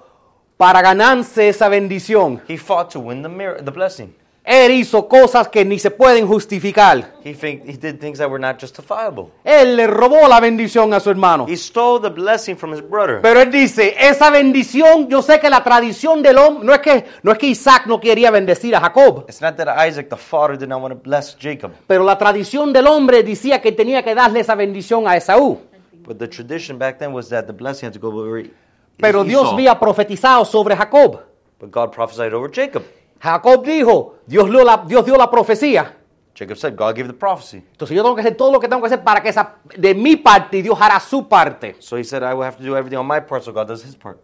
para ganarse esa bendición. He fought to win the mir- the blessing. Él hizo cosas que ni se pueden justificar. He think- he did things that were not justifiable. Él le robó la bendición a su hermano. He stole the blessing from his brother. Pero él dice, esa bendición, yo sé que la tradición del hombre, no es que no es que Isaac no quería bendecir a Jacob, It's not that Isaac, the father, did not want to bless Jacob, pero la tradición del hombre decía que tenía que darle esa bendición a Esaú. but the tradition back then was that the blessing had to go over E- Pero Dios Esau. había profetizado sobre Jacob. But God prophesied over Jacob. Jacob dijo, Dios dio la, Dios dio la profecía. Jacob said, God gave the prophecy. Entonces yo tengo que hacer todo lo que tengo que hacer para que esa, de mi parte y Dios hará su parte. So he said, I will have to do everything on my part, so God does his part.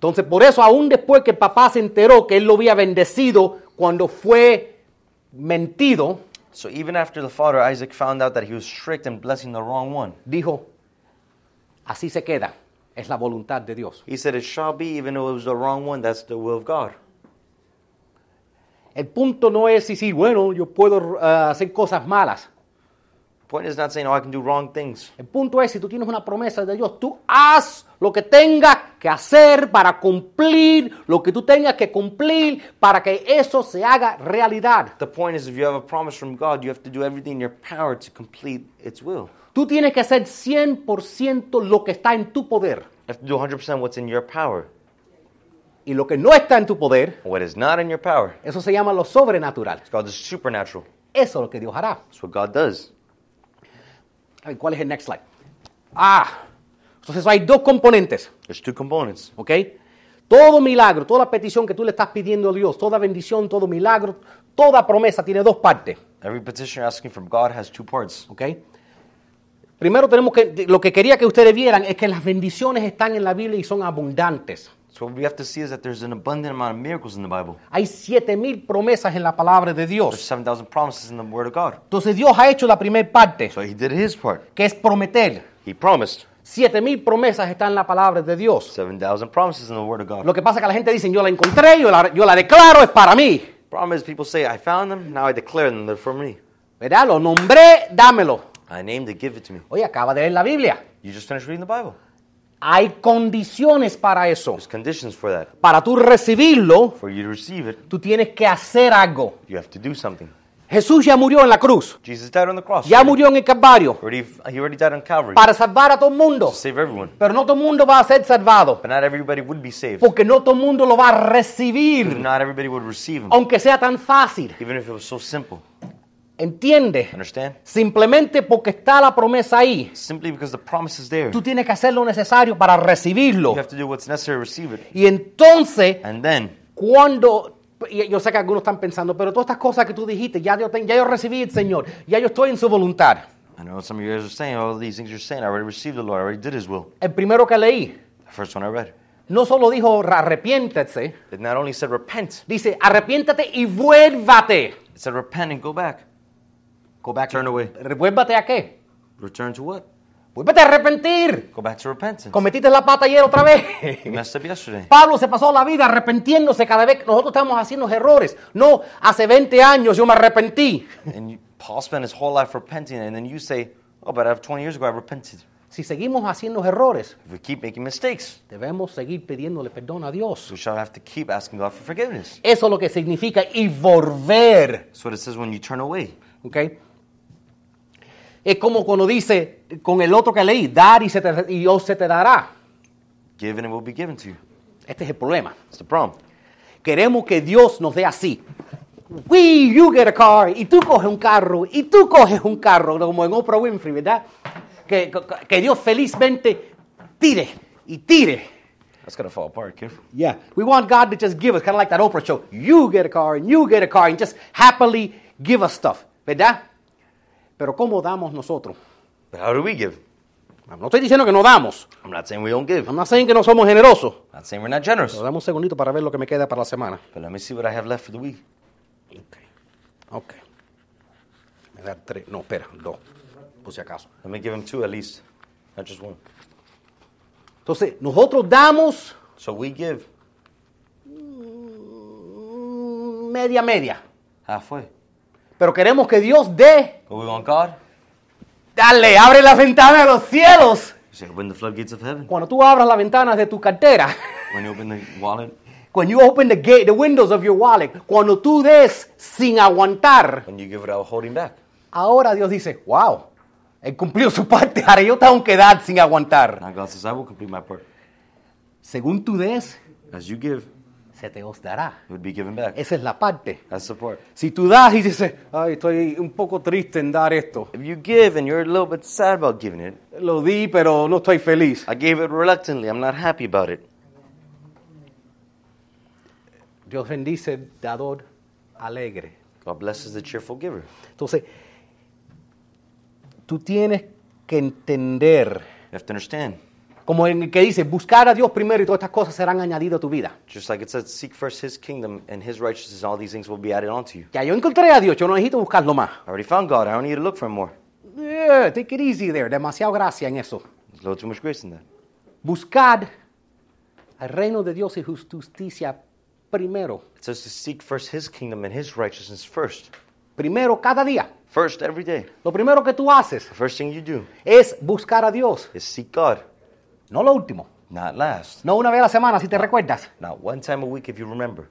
Entonces por eso aún después que el papá se enteró que él lo había bendecido cuando fue mentido, So even after the father, Isaac found out that he was tricked and blessing the wrong one. dijo, así se queda, es la voluntad de Dios. He said, It shall be, even though it was the wrong one, that's the will of God. El punto no es decir, bueno, yo puedo ah, hacer cosas malas. Point is not saying, Oh, I can do wrong things. El punto es, si tú tienes una promesa de Dios, tú haz lo que tengas que hacer para cumplir lo que tú tengas que cumplir para que eso se haga realidad. The point is, if you have a promise from God, you have to do everything in your power to complete its will. Tú tienes que hacer 100% lo que está en tu poder. You have to do 100% what's in your power. Y lo que no está en tu poder, What is not in your power, eso se llama lo sobrenatural. it's called the supernatural. Eso es lo que Dios hará. That's what God does. A ver, ¿Cuál es el next slide? Ah, entonces hay dos componentes. There's two components. ¿Ok? Todo milagro, toda petición que tú le estás pidiendo a Dios, toda bendición, todo milagro, toda promesa tiene dos partes. Every petition you're asking from God has two parts. ¿Ok? Primero tenemos que, lo que quería que ustedes vieran es que las bendiciones están en la Biblia y son abundantes. So what we have to see is that there's an abundant amount of miracles in the Bible. Hay siete mil promesas en la palabra de There's Dios. 7,000 promises in the Word of God. Entonces Dios ha hecho la primera parte, So he did his part. que es prometer. He promised. Siete mil promesas están en la palabra de Dios. 7,000 promises in the Word of God. Lo que pasa es que la gente dice, yo la encontré, yo la, yo la declaro, es para mí. Problem is, people say, I found them, now I declare them, they're for me. ¿Verdad? Lo nombré, dámelo. I named it, give it to me. Oye, acaba de leer la Biblia. You just finished reading the Bible. Hay condiciones para eso. There's conditions for that. Para tú recibirlo, For you to receive it, tú tienes que hacer algo. you have to do something. Jesús ya murió en la cruz, Jesus died on the cross. ya murió en el Calvario, Already, he already died on Calvary para salvar a todo el mundo. to save everyone. Pero no todo el mundo va a ser salvado, But not everybody would be saved. porque no todo el mundo lo va a recibir, Not everybody would receive him, aunque sea tan fácil. even if it was so simple. ¿Entiendes? Understand? Simplemente porque está la promesa ahí, Simply because the promise is there. tú tienes que hacer lo necesario para recibirlo. You have to do what's necessary to receive it. Y entonces And then, cuando y yo sé que algunos están pensando, pero todas estas cosas que tú dijiste, ya yo, ten- ya yo recibí el Señor, ya yo estoy en su voluntad. I know some of you guys are saying, all these things you're saying, I already received the Lord, I already did His will. El primero que leí The first one I read. no solo dijo arrepiéntese, It not only said repent, dice arrepiéntate y vuélvate. it said repent and go back. Go back. Turn away. ¿Vuélvate a qué? Return to what? Vuélvete a arrepentir. Go back to repentance. Cometiste la pata ayer otra vez. *laughs* You messed up yesterday. Pablo se pasó la vida arrepintiéndose cada vez que nosotros estamos haciendo errores. No, hace 20 años yo me arrepentí. And you, Paul spent his whole life repenting, and then you say, oh, but I've 20 years ago I repented. Si seguimos haciendo errores, If we keep making mistakes, debemos seguir pidiéndole perdón a Dios. we shall have to keep asking God for forgiveness. Eso es lo que significa y volver. That's what it says when you turn away. ¿ok? Es como cuando dice con el otro que leí, dar y, se te- y Dios se te dará. Give and it will be given to you. Este es el problema. That's the problem. Queremos que Dios nos dé así. We, you get a car, y tú coges un carro, y tú coges un carro, como en Oprah Winfrey, ¿verdad? Que, que- que Dios felizmente tire y tire. That's going to fall apart, kid. Yeah. We want God to just give us, kind of like that Oprah show. You get a car, and you get a car, and just happily give us stuff, ¿verdad? Pero ¿cómo damos nosotros? But how do we give? No estoy diciendo que no damos. I'm not saying we don't give. I'm not saying que no somos generosos. not saying we're not generous. Pero dame un segundito para ver lo que me queda para la semana. But let me see what I have left for the week. Ok. Ok. Me da tres. No, espera, dos. Por si acaso. Let me give him two at least, not just one. Entonces, nosotros damos So we give mm, media media. halfway. Pero queremos que Dios dé. But we want God. Dale, abre las ventanas de los cielos. You say, open the floodgates of heaven. Cuando tú abras las ventanas de tu cartera. *laughs* When you open the wallet, When you open the gate, the windows of your wallet. Cuando tú des sin aguantar. when you give without holding back. Ahora Dios dice, wow. Él cumplió su parte. Ahora yo tengo que dar sin aguantar. Now God says, I will complete my part. Según tú des, As you give, it se te os dará. would be given back. Esa es la parte. That's support. Si tú das y dices, ay, estoy un poco triste en dar esto. If you give and you're a little bit sad about giving it, Lo di, pero no estoy feliz. I gave it reluctantly. I'm not happy about it. Dios bendice dador alegre. God blesses the cheerful giver. Entonces, tú tienes que entender, You have to understand. como en el que dice, buscar a Dios primero y todas estas cosas serán añadidas a tu vida. Just like it says, seek first his kingdom and his righteousness, and all these things will be added onto you. Ya yo encontré a Dios, yo no necesito buscarlo más. I already found God. I don't need to look for him more. Yeah, take it easy there. Demasiado gracia en eso. There's a little too much grace in that. Buscar el reino de Dios y su justicia primero. It says to seek first his kingdom and his righteousness first. Primero cada día. First, every day. Lo primero que tú haces The first thing you do es buscar a Dios, is seek God, no lo último, not last. no una vez a la semana si te recuerdas. Not one time a week if you remember.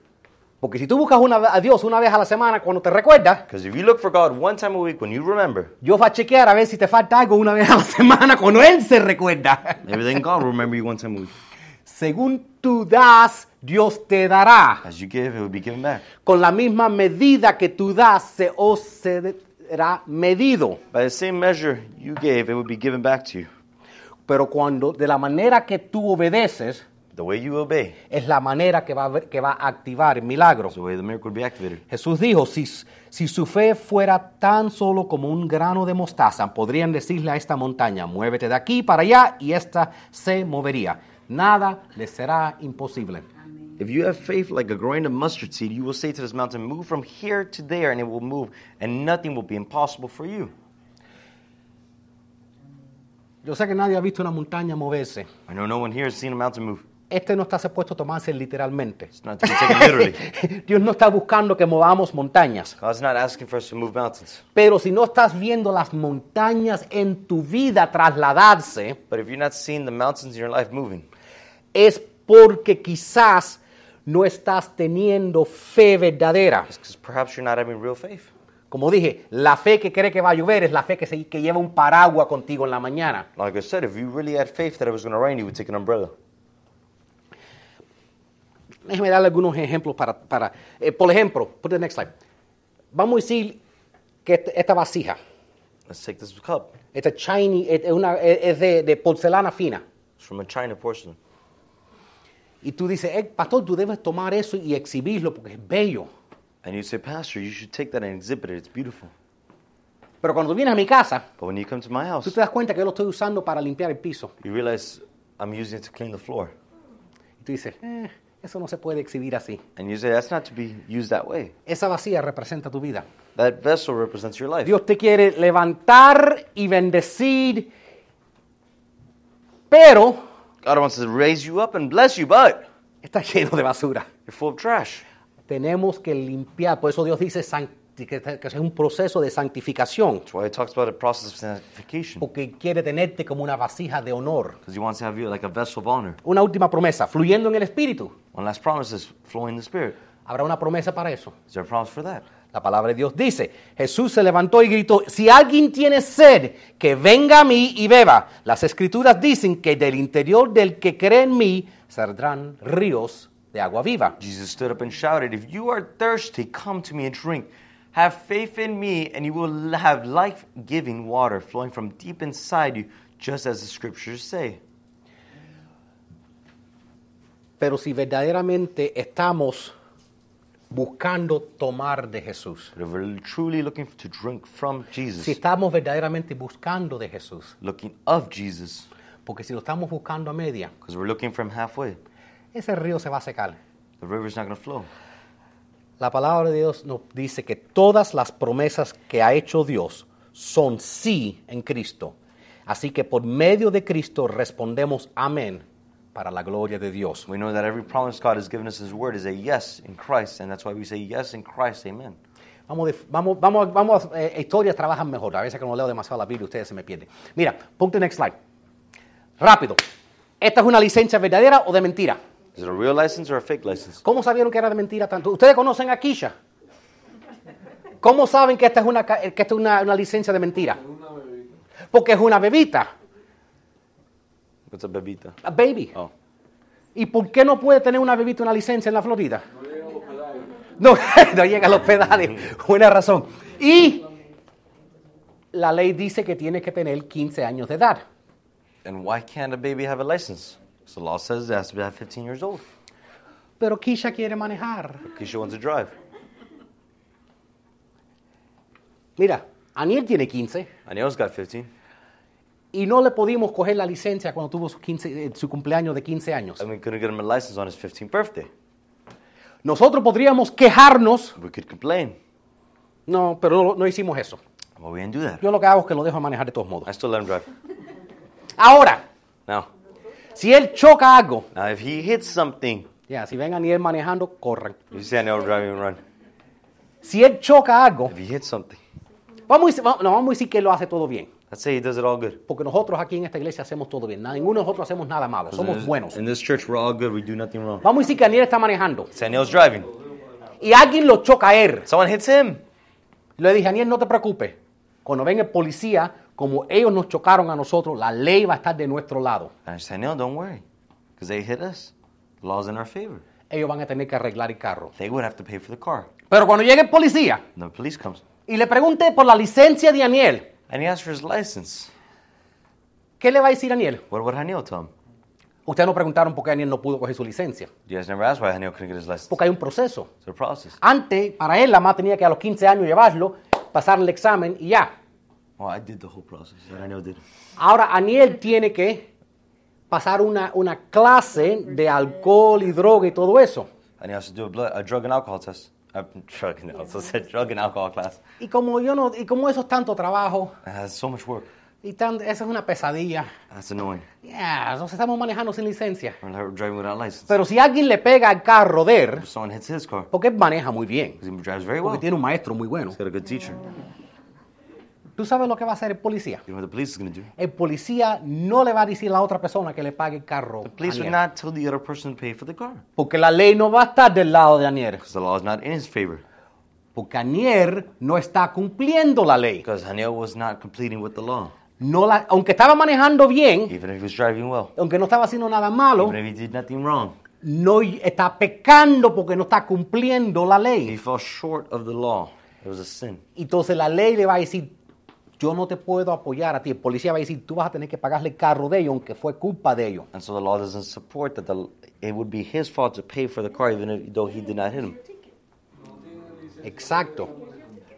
Porque si tú buscas una, a Dios una vez a la semana cuando te recuerdas, Because if you look for God one time a week when you remember, Dios va a chequear a ver si te falta algo una vez a la *laughs* semana cuando Él se recuerda. maybe then God will remember you one time a week. Según tú das, Dios te dará. As you give, it will be given back. Con la misma medida que tú das, se os será medido. By the same measure you gave, it will be given back to you. Pero cuando de la manera que tú obedeces, The way you obey es la manera que va a, ver- que va a activar el milagro. is the way the miracle will be activated. Jesús dijo, si, si su fe fuera tan solo como un grano de mostaza, podrían decirle a esta montaña, muévete de aquí para allá, y ésta se movería. Nada le será imposible. If you have faith like a grain of mustard seed, you will say to this mountain, Move from here to there, and it will move, and nothing will be impossible for you. Yo sé que nadie ha visto una montaña moverse. I know no one here has seen a mountain move. Este no está supuesto a tomarse literalmente. It's not to be taken literally. *laughs* Dios no está buscando que movamos montañas. God's not asking for us to move mountains. Pero si no estás viendo las montañas en tu vida trasladarse, But if you're not seeing the mountains in your life moving, es porque quizás no estás teniendo fe verdadera. it's because perhaps you're not having real faith. Como dije, la fe que cree que va a llover es la fe que, se- que lleva un paraguas contigo en la mañana. Like I said, if you really had faith that it was going to rain, you would take an umbrella. Déjeme darle algunos ejemplos para... para- eh, por ejemplo, put the next slide. Vamos a decir que este- esta vasija, Let's take this cup. esta shiny, es, es una- es- es de, de porcelana fina. It's from a China porcelain. Y tú dices, "Eh, pastor, tú debes tomar eso y exhibirlo porque es bello. And you say, Pastor, you should take that and exhibit it. It's beautiful. Pero cuando tú vienes a mi casa, But when you come to my house, tú te das cuenta que yo lo estoy usando para limpiar el piso. you realize I'm using it to clean the floor. Y tú dices, "Eh, eso no se puede exhibir así. And you say, that's not to be used that way. Esa vacía representa tu vida. That vessel represents your life. Dios te quiere levantar y bendecir, pero God wants to raise you up and bless you, but está lleno de basura. you're full of trash. Tenemos que limpiar, por eso Dios dice santi- que que es un proceso de santificación, That's why it talks about a process of sanctification. porque quiere tenerte como una vasija de honor. Because he wants to have you like a vessel of honor. Una última promesa, fluyendo en el Espíritu. One last promise is flowing in the Spirit. Habrá una promesa para eso. Is there a promise for that? La palabra de Dios dice, Jesús se levantó y gritó, si alguien tiene sed, que venga a mí y beba. Las escrituras dicen que del interior del que cree en mí saldrán ríos de agua viva. Jesus stood up and shouted, If you are thirsty, come to me and drink. Have faith in me, and you will have life giving water flowing from deep inside you, just as the scriptures say. Pero si verdaderamente estamos buscando tomar de Jesús, But if we're truly looking to drink from Jesus, si estamos verdaderamente buscando de Jesús, looking of Jesus, porque si lo estamos buscando a media, because we're looking from halfway, ese río se va a secar. the river's not going to flow. La palabra de Dios nos dice que todas las promesas que ha hecho Dios son sí en Cristo. Así que por medio de Cristo respondemos amén para la gloria de Dios. We know that every promise God has given us His word is a yes in Christ, and that's why we say yes in Christ, amen. Vamos, de- vamos, vamos, vamos, eh, historias trabajan mejor. A veces que no leo demasiado la Biblia, ustedes se me pierden. Mira, ponte next slide. Rápido. ¿Esta es una licencia verdadera o de mentira? Is it a real license or a fake license? ¿Cómo sabieron que era de mentira tanto? ¿Ustedes conocen a Kisha? ¿Cómo saben que esta es una, ca- que esta es una, una licencia de mentira? Porque es una bebita, What's a bebita? a baby. Oh. ¿Y por qué no puede tener una bebita una licencia en la Florida? No, *laughs* no llega a los pedales. Buena razón. Y la ley dice que tiene que tener 15 años de edad. And why can't a baby have a license? So the law says it has to be at 15 years old. Pero Kisha quiere manejar. Keisha wants to drive. Mira, Aniel tiene 15 Aniel's got 15. y no le pudimos coger la licencia cuando tuvo su, 15 eh, su cumpleaños de 15 años. And we couldn't get him a license on his 15th birthday. Nosotros podríamos quejarnos, We could complain, no, pero no, no hicimos eso. but we didn't do that. Yo lo que hago es que lo dejo manejar de todos I modos. still let him drive. Ah. Ahora, Now, si él choca algo, now if he hits something, ya, si ven a Aniel manejando, corran. you see Aniel driving and run. Si él choca algo, If he hits something, vamos a, decir- va- no, vamos a decir que él lo hace todo bien. let's say he does it all good. Porque nosotros aquí en esta iglesia hacemos todo bien. Nada- Ninguno de nosotros hacemos nada malo. Somos buenos. In this church, we're all good. We do nothing wrong. Vamos a decir que Aniel está manejando So Aniel's driving. y alguien lo choca a él. Someone hits him. Le dije, Aniel, no te preocupes. Cuando venga el policía, como ellos nos chocaron a nosotros, la ley va a estar de nuestro lado. And I said, Aniel, don't worry, because they hit us. The law's in our favor. Ellos van a tener que arreglar el carro. They would have to pay for the car. Pero cuando llegue el policía And the police comes. y le pregunte por la licencia de Aniel, And he asks for his license. ¿qué le va a decir Aniel? What would Aniel tell him? Ustedes no preguntaron por qué Aniel no pudo coger su licencia. You guys never asked why Aniel couldn't get his license. Porque hay un proceso. It's a process. Antes, para él, la mamá tenía que a los 15 años llevarlo, pasar el examen y ya. Well, I did the whole process. But Aniel did. Ahora Aniel tiene que pasar una, una clase de alcohol y droga y todo eso. Aniel has to do a, blood, a drug and alcohol test. A drug and alcohol. *laughs* said drug and alcohol class. Y como yo no, y como eso es tanto trabajo It has so much work. y tan, eso es una pesadilla. That's annoying. Yeah, nos estamos manejando sin licencia. We're like driving without license. Pero si alguien le pega al carro de él, If someone hits his car, porque él maneja muy bien, because he drives very well. porque He's tiene un maestro muy bueno. got a good teacher. ¿Tú sabes lo que va a hacer el policía? You know what the police is going to do? El policía no le va a decir a la otra persona que le pague el carro. The police a would Aniel, not tell the other person to pay for the car. porque la ley no va a estar del lado de Aniel. Because the law is not in his favor. Porque Aniel no está cumpliendo la ley. Because Aniel was not completing with the law. No la- aunque estaba manejando bien, Even if he was driving well. aunque no estaba haciendo nada malo, Even if he did nothing wrong. no y- está pecando porque no está cumpliendo la He ley. fell short of the law. It was a sin. Entonces la ley le va a decir, yo no te puedo apoyar a ti. El policía va a decir, tú vas a tener que pagarle el carro de ellos, aunque fue culpa de ellos. And so the law doesn't support that the, it would be his fault to pay for the car even if, though he did not hit him. Exacto.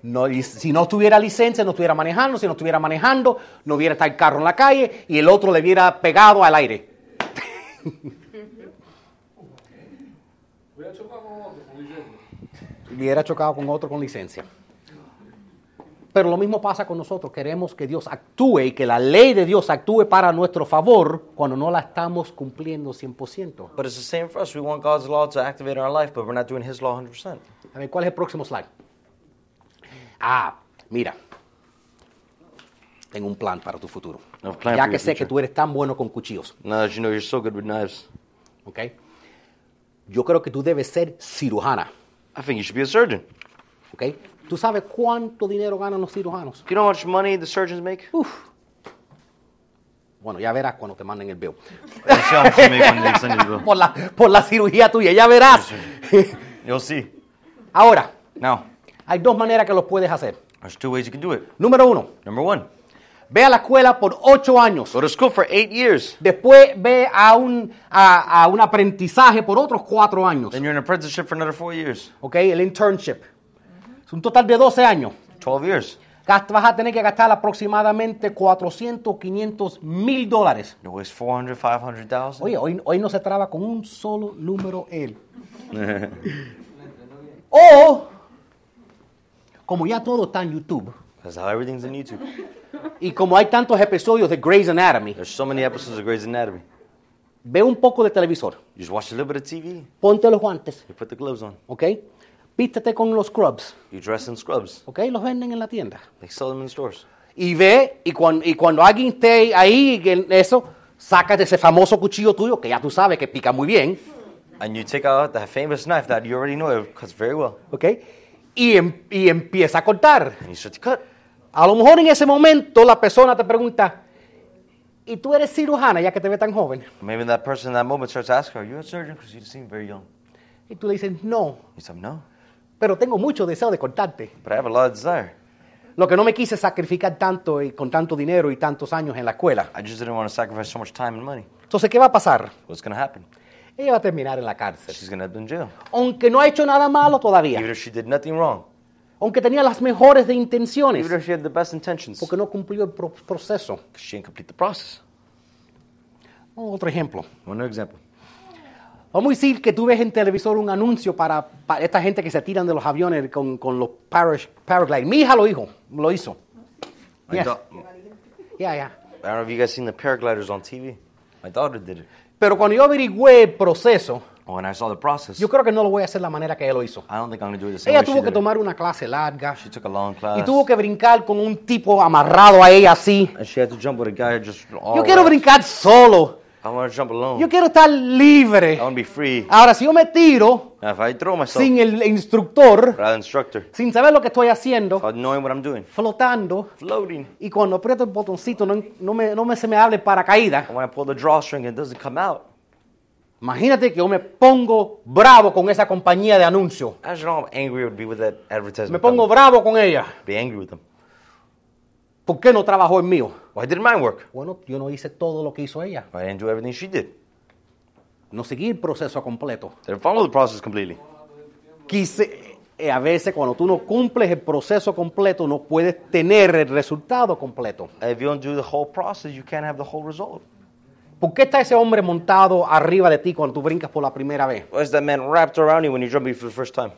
No, y si no tuviera licencia, no estuviera manejando. Si no estuviera manejando, no hubiera tal carro en la calle y el otro le hubiera pegado al aire. *laughs* Hubiera chocado con otro, con Guillermo. hubiera chocado con otro con licencia. Pero lo mismo pasa con nosotros. Queremos que Dios actúe y que la ley de Dios actúe para nuestro favor cuando no la estamos cumpliendo 100%. But it's the same for us. We want God's law to activate in our life, but we're not doing His law 100%. A ver, ¿cuál es el próximo slide? Ah, mira. Tengo un plan para tu futuro. No, plan ya for que your sé que future. tú eres tan bueno con cuchillos, Now that you know you're so good with knives, ¿ok? Yo creo que tú debes ser cirujana, I think you should be a surgeon. ¿ok? ¿Tú sabes cuánto dinero ganan los cirujanos? You know how much money the surgeons make? *laughs* Uf. Bueno, ya verás cuando te manden el bill. You'll see how much they make when they send you the bill. Por la, por la cirugía tuya, ya verás. You'll see. *laughs* Ahora, Now, hay dos maneras que los puedes hacer. there's two ways you can do it. Número uno, Number one, ve a la escuela por ocho años. go to school for eight years. Después ve a un, a, a un aprendizaje por otros cuatro años. Then you're in apprenticeship for another four years, ¿Ok? El internship. Es un total de 12 años. 12 years. Gast- Vas a tener que gastar aproximadamente 400, 500 mil dólares. You waste 400, 500,000. Oye, hoy, hoy no se traba con un solo número él. o, como ya todo está en YouTube, That's how everything's on YouTube. y como hay tantos episodios de Grey's Anatomy, There's so many episodes of Grey's Anatomy. ve un poco de televisor, You just watch a little bit of TV. ponte los guantes, You put the gloves on. ¿ok? Pístete con los scrubs, You dress in scrubs. ¿ok? Los venden en la tienda. They sell them in stores. y ve, y, cuan- y cuando alguien esté ahí, que en eso, sácate ese famoso cuchillo tuyo, que ya tú sabes que pica muy bien, And you take out that famous knife that you already know it cuts very well. ¿ok? Y, em- y empieza a cortar. And you start to cut. A lo mejor en ese momento la persona te pregunta, ¿y tú eres cirujana ya que te ve tan joven? Maybe that person in that moment starts asking, Are you a surgeon? Because you seem very young. Y tú le dices, no, You tell them, No, pero tengo mucho deseo de cortarte. but I have a lot of desire. Lo que no me quise sacrificar tanto y con tanto dinero y tantos años en la escuela. I just didn't want to sacrifice so much time and money. Entonces, ¿qué va a pasar? What's going to happen? Ella va a terminar en la cárcel. She's going to end up in jail. Aunque no ha hecho nada malo Even todavía. if she did nothing wrong, Aunque tenía las mejores de intenciones. even if she had the best intentions, porque no cumplió el pro- proceso. 'cause she didn't complete the process. Otro ejemplo. One example. Vamos a decir que tú ves en televisor un anuncio para, para esta gente que se tiran de los aviones con, con los parash- paragliding. Mi hija lo hizo. Lo hizo. My Yes. dau- Ya, ya. I don't know if you guys seen the paragliders on TV. My daughter did it. Pero cuando yo averigüé el proceso, When I saw the process, yo creo que no lo voy a hacer la manera que ella lo hizo. I don't think I'm going to do it the same Ella way she tuvo que did it. tomar una clase larga She took a long class. y tuvo que brincar con un tipo amarrado a ella así. And she had to jump with a guy just all Yo quiero wrapped. brincar solo. I want to jump alone. Yo quiero estar libre. I want to be free. Ahora, si yo me tiro Now, if I throw myself sin el instructor, rather than instructor, sin saber lo que estoy haciendo, without knowing what I'm doing, flotando floating. y cuando aprieto el botoncito no, no me, no me- se me abre el paracaídas. And when I pull the drawstring, it doesn't come out. Imagínate que yo me pongo bravo con esa compañía de anuncio. Imagine how angry I would be with that advertisement. Me pongo bravo con ella. be angry with them. ¿Por qué no trabajó el mío? Why didn't mine work? Bueno, yo no hice todo lo que hizo ella. Why didn't do everything she did? No seguí el proceso completo. Didn't follow the process completely. Quise, eh, a veces cuando tú no cumples el proceso completo, no puedes tener el resultado completo. If you don't do the whole process, you can't have the whole result. ¿Por qué está ese hombre montado arriba de ti cuando tú brincas por la primera vez? Why is that man wrapped around you when you're jumping for the first time?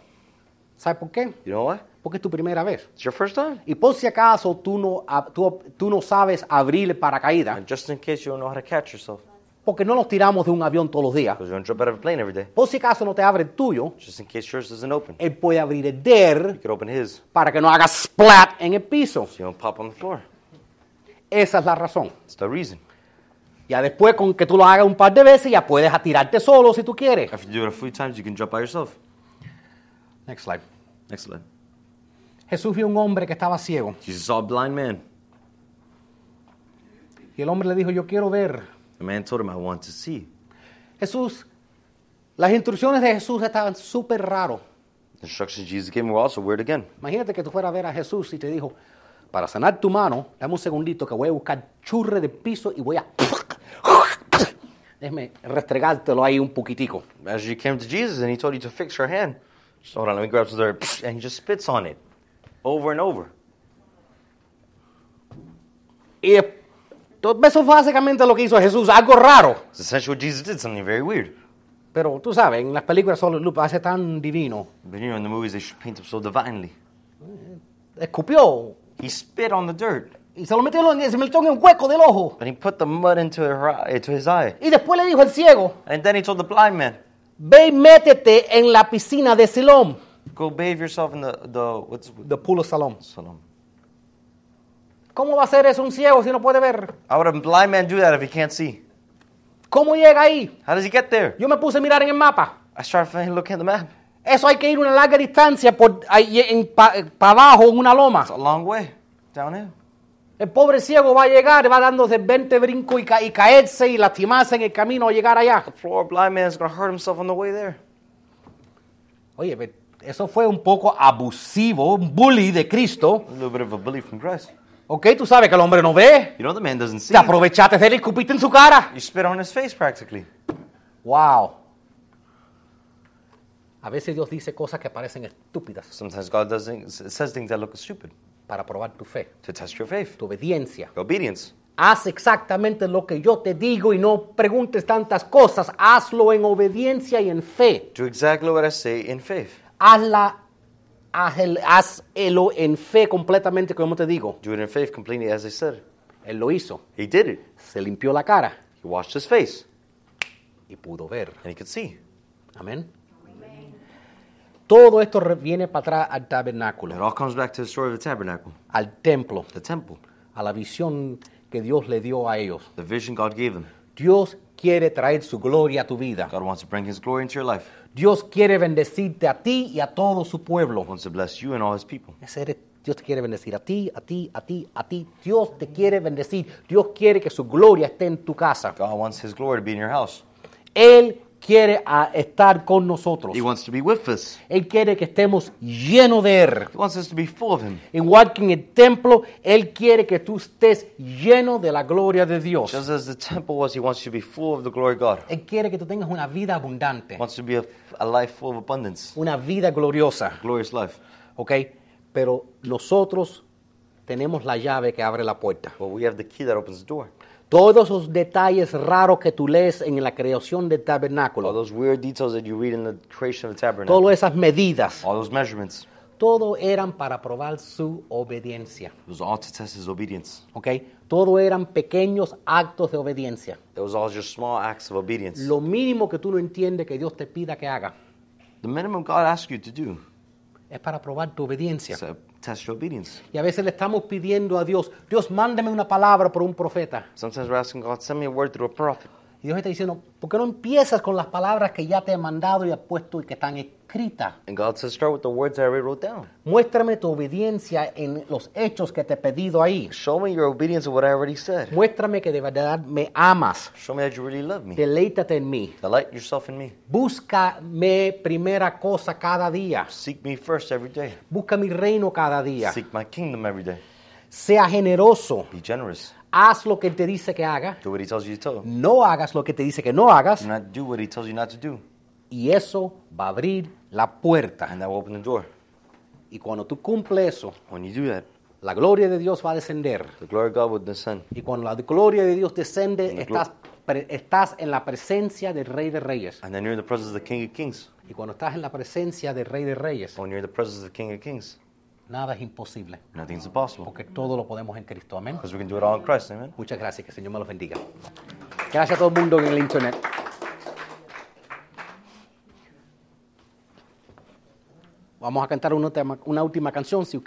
¿Sabes por qué? You know why? Porque es tu primera vez. It's your first time. Y por si acaso tú no, ab- tú, tú no sabes abrir el paracaídas, And just in case you don't know how to catch yourself, porque no los tiramos de un avión todos los días. because you don't jump out of a plane every day. Por si acaso no te abre el tuyo, Just in case yours doesn't open, él puede abrir el de you él could open his, para que no haga splat en el piso. so you don't pop on the floor. Esa es la razón. It's the reason. Ya después con que tú lo hagas un par de veces, ya puedes atirarte solo si tú quieres. After you do it a few times, you can jump by yourself. Next slide. Excellent. Jesús vio un hombre que estaba ciego Jesus saw a blind man. y el hombre le dijo, yo quiero ver. The man told him, I want to see. Jesús, las instrucciones de Jesús estaban súper raros. The instructions Jesus gave him were also weird again. Imagínate que tú fueras a ver a Jesús y te dijo, para sanar tu mano, dame un segundito que voy a buscar churre de piso y voy a... Déjame restregártelo ahí un poquitico. As you came to Jesus and he told you to fix your hand, just hold on, let me grab some dirt, and he just spits on it. over and over. Y eh, todo eso es básicamente lo que hizo Jesús, algo raro. It's essentially what Jesus did, something very weird. Pero tú sabes, en las películas solo Loop hace tan divino. But you know, in the movies, they should paint him so divinely. Escupió He spit on the dirt, y se lo metió en el- se metió en el hueco del ojo. and he put the mud into, her, eye- into his eye. Y después le dijo al ciego, And then he told the blind man, ve y métete en la piscina de Siloam. go bathe yourself in the, the what's The pool of Siloam. Salam. ¿Cómo va a ser eso un ciego si no puede ver? How would a blind man do that if he can't see? ¿Cómo llega ahí? How does he get there? Yo me puse a mirar en el mapa. I started fucking looking at the map. Eso hay que ir una larga distancia por, ahí en- pa- eh, pa abajo en una loma. It's a long way downhill. El pobre ciego va a llegar, va dándose 20 brincos y, ca- y caerse y lastimarse en el camino a llegar allá. The poor blind man is gonna hurt himself on the way there. Oye, ve, eso fue un poco abusivo, un bully de Cristo. A little bit of a bully from Christ. Ok, tú sabes que el hombre no ve. You know the man doesn't see. Te aprovechaste de él y escupiste en su cara. You spit on his face practically. Wow. A veces Dios dice cosas que parecen estúpidas Sometimes God doesn't says things that look stupid para probar tu fe, to test your faith, tu obediencia. your obedience. Haz exactamente lo que yo te digo y no preguntes tantas cosas. Hazlo en obediencia y en fe. Do exactly what I say in faith. Hazla, haz el- hazlo en fe completamente, como te digo. Do it in faith completely as I said. Él lo hizo. He did it. Se limpió la cara He washed his face y pudo ver. and he could see. Amén. Todo esto re- viene para atrás al It tabernáculo, all comes back to the story of the tabernacle, al templo, the temple, a la visión que Dios le dio a ellos. the vision God gave them. Dios quiere traer su gloria a tu vida. God wants to bring His glory into your life. Dios quiere bendecirte a ti y a todo su He pueblo. wants to bless you and all His people. Ese eres- Dios te quiere bendecir a ti, a ti, a ti, a ti. Dios te quiere bendecir. Dios quiere que su gloria esté en tu casa. God wants His glory to be in your house. Él quiere ah, estar con nosotros. He wants to be with us. Él quiere que estemos llenos de Él. He wants us to be full of Him. Igual que en el templo, Él quiere que tú estés lleno de la gloria de Dios. Just as the temple was, He wants you to be full of the glory of God. Él quiere que tú tengas una vida abundante, He wants you to be a, a life full of abundance, una vida gloriosa. glorious life. ¿Ok? Pero nosotros tenemos la llave que abre la puerta. But we have the key that opens the door. Todos esos detalles raros que tú lees en la creación del All tabernáculo, those weird details that you read in the creation of the tabernacle, todas esas medidas, all those measurements, todo eran para probar su obediencia. it was all to test His obedience. ¿Ok? Todo eran pequeños actos de obediencia. It was all just small acts of obedience. Lo mínimo que tú no entiendes que Dios te pida que haga The minimum God asks you to do es para probar tu obediencia. is to test your obedience. Y a veces le estamos pidiendo a Dios, Dios, mándame una palabra por un profeta. Sometimes we're asking God, send me a word through a prophet. Y Dios está diciendo, ¿por qué no empiezas con las palabras que ya te he mandado y he puesto y que están escritas? And God says, start with the words I already wrote down. Muéstrame tu obediencia en los hechos que te he pedido ahí. Show me your obedience of what I already said. Muéstrame que de verdad me amas. Show me that you really love me. Deleítate en mí. Delight yourself in me. Búscame primera cosa cada día. Seek me first every day. Busca mi reino cada día. Seek my kingdom every day. Sea generoso. Be generous. Haz lo que Él te dice que haga. Do what he tells you to do. No hagas lo que te dice que no hagas. Do not do what he tells you not to do. Y eso va a abrir la puerta. And that will open the door. Y cuando tú cumples eso, When you do that, la gloria de Dios va a descender. the glory of God will descend. Y cuando la gloria de Dios descende, La glo- estás, pre- estás en la presencia del Rey de Reyes. And then you're in the presence of the King of Kings. Y cuando estás en la presencia del Rey de Reyes, When you're in the presence of the King of Kings, nada es imposible. nothing's impossible. Porque todo lo podemos en Cristo. Amén. Because we can do it all in Christ, amen? Muchas gracias. Que el Señor me los bendiga. Gracias a todo el mundo en el internet. Vamos a cantar un tema- una última canción. Si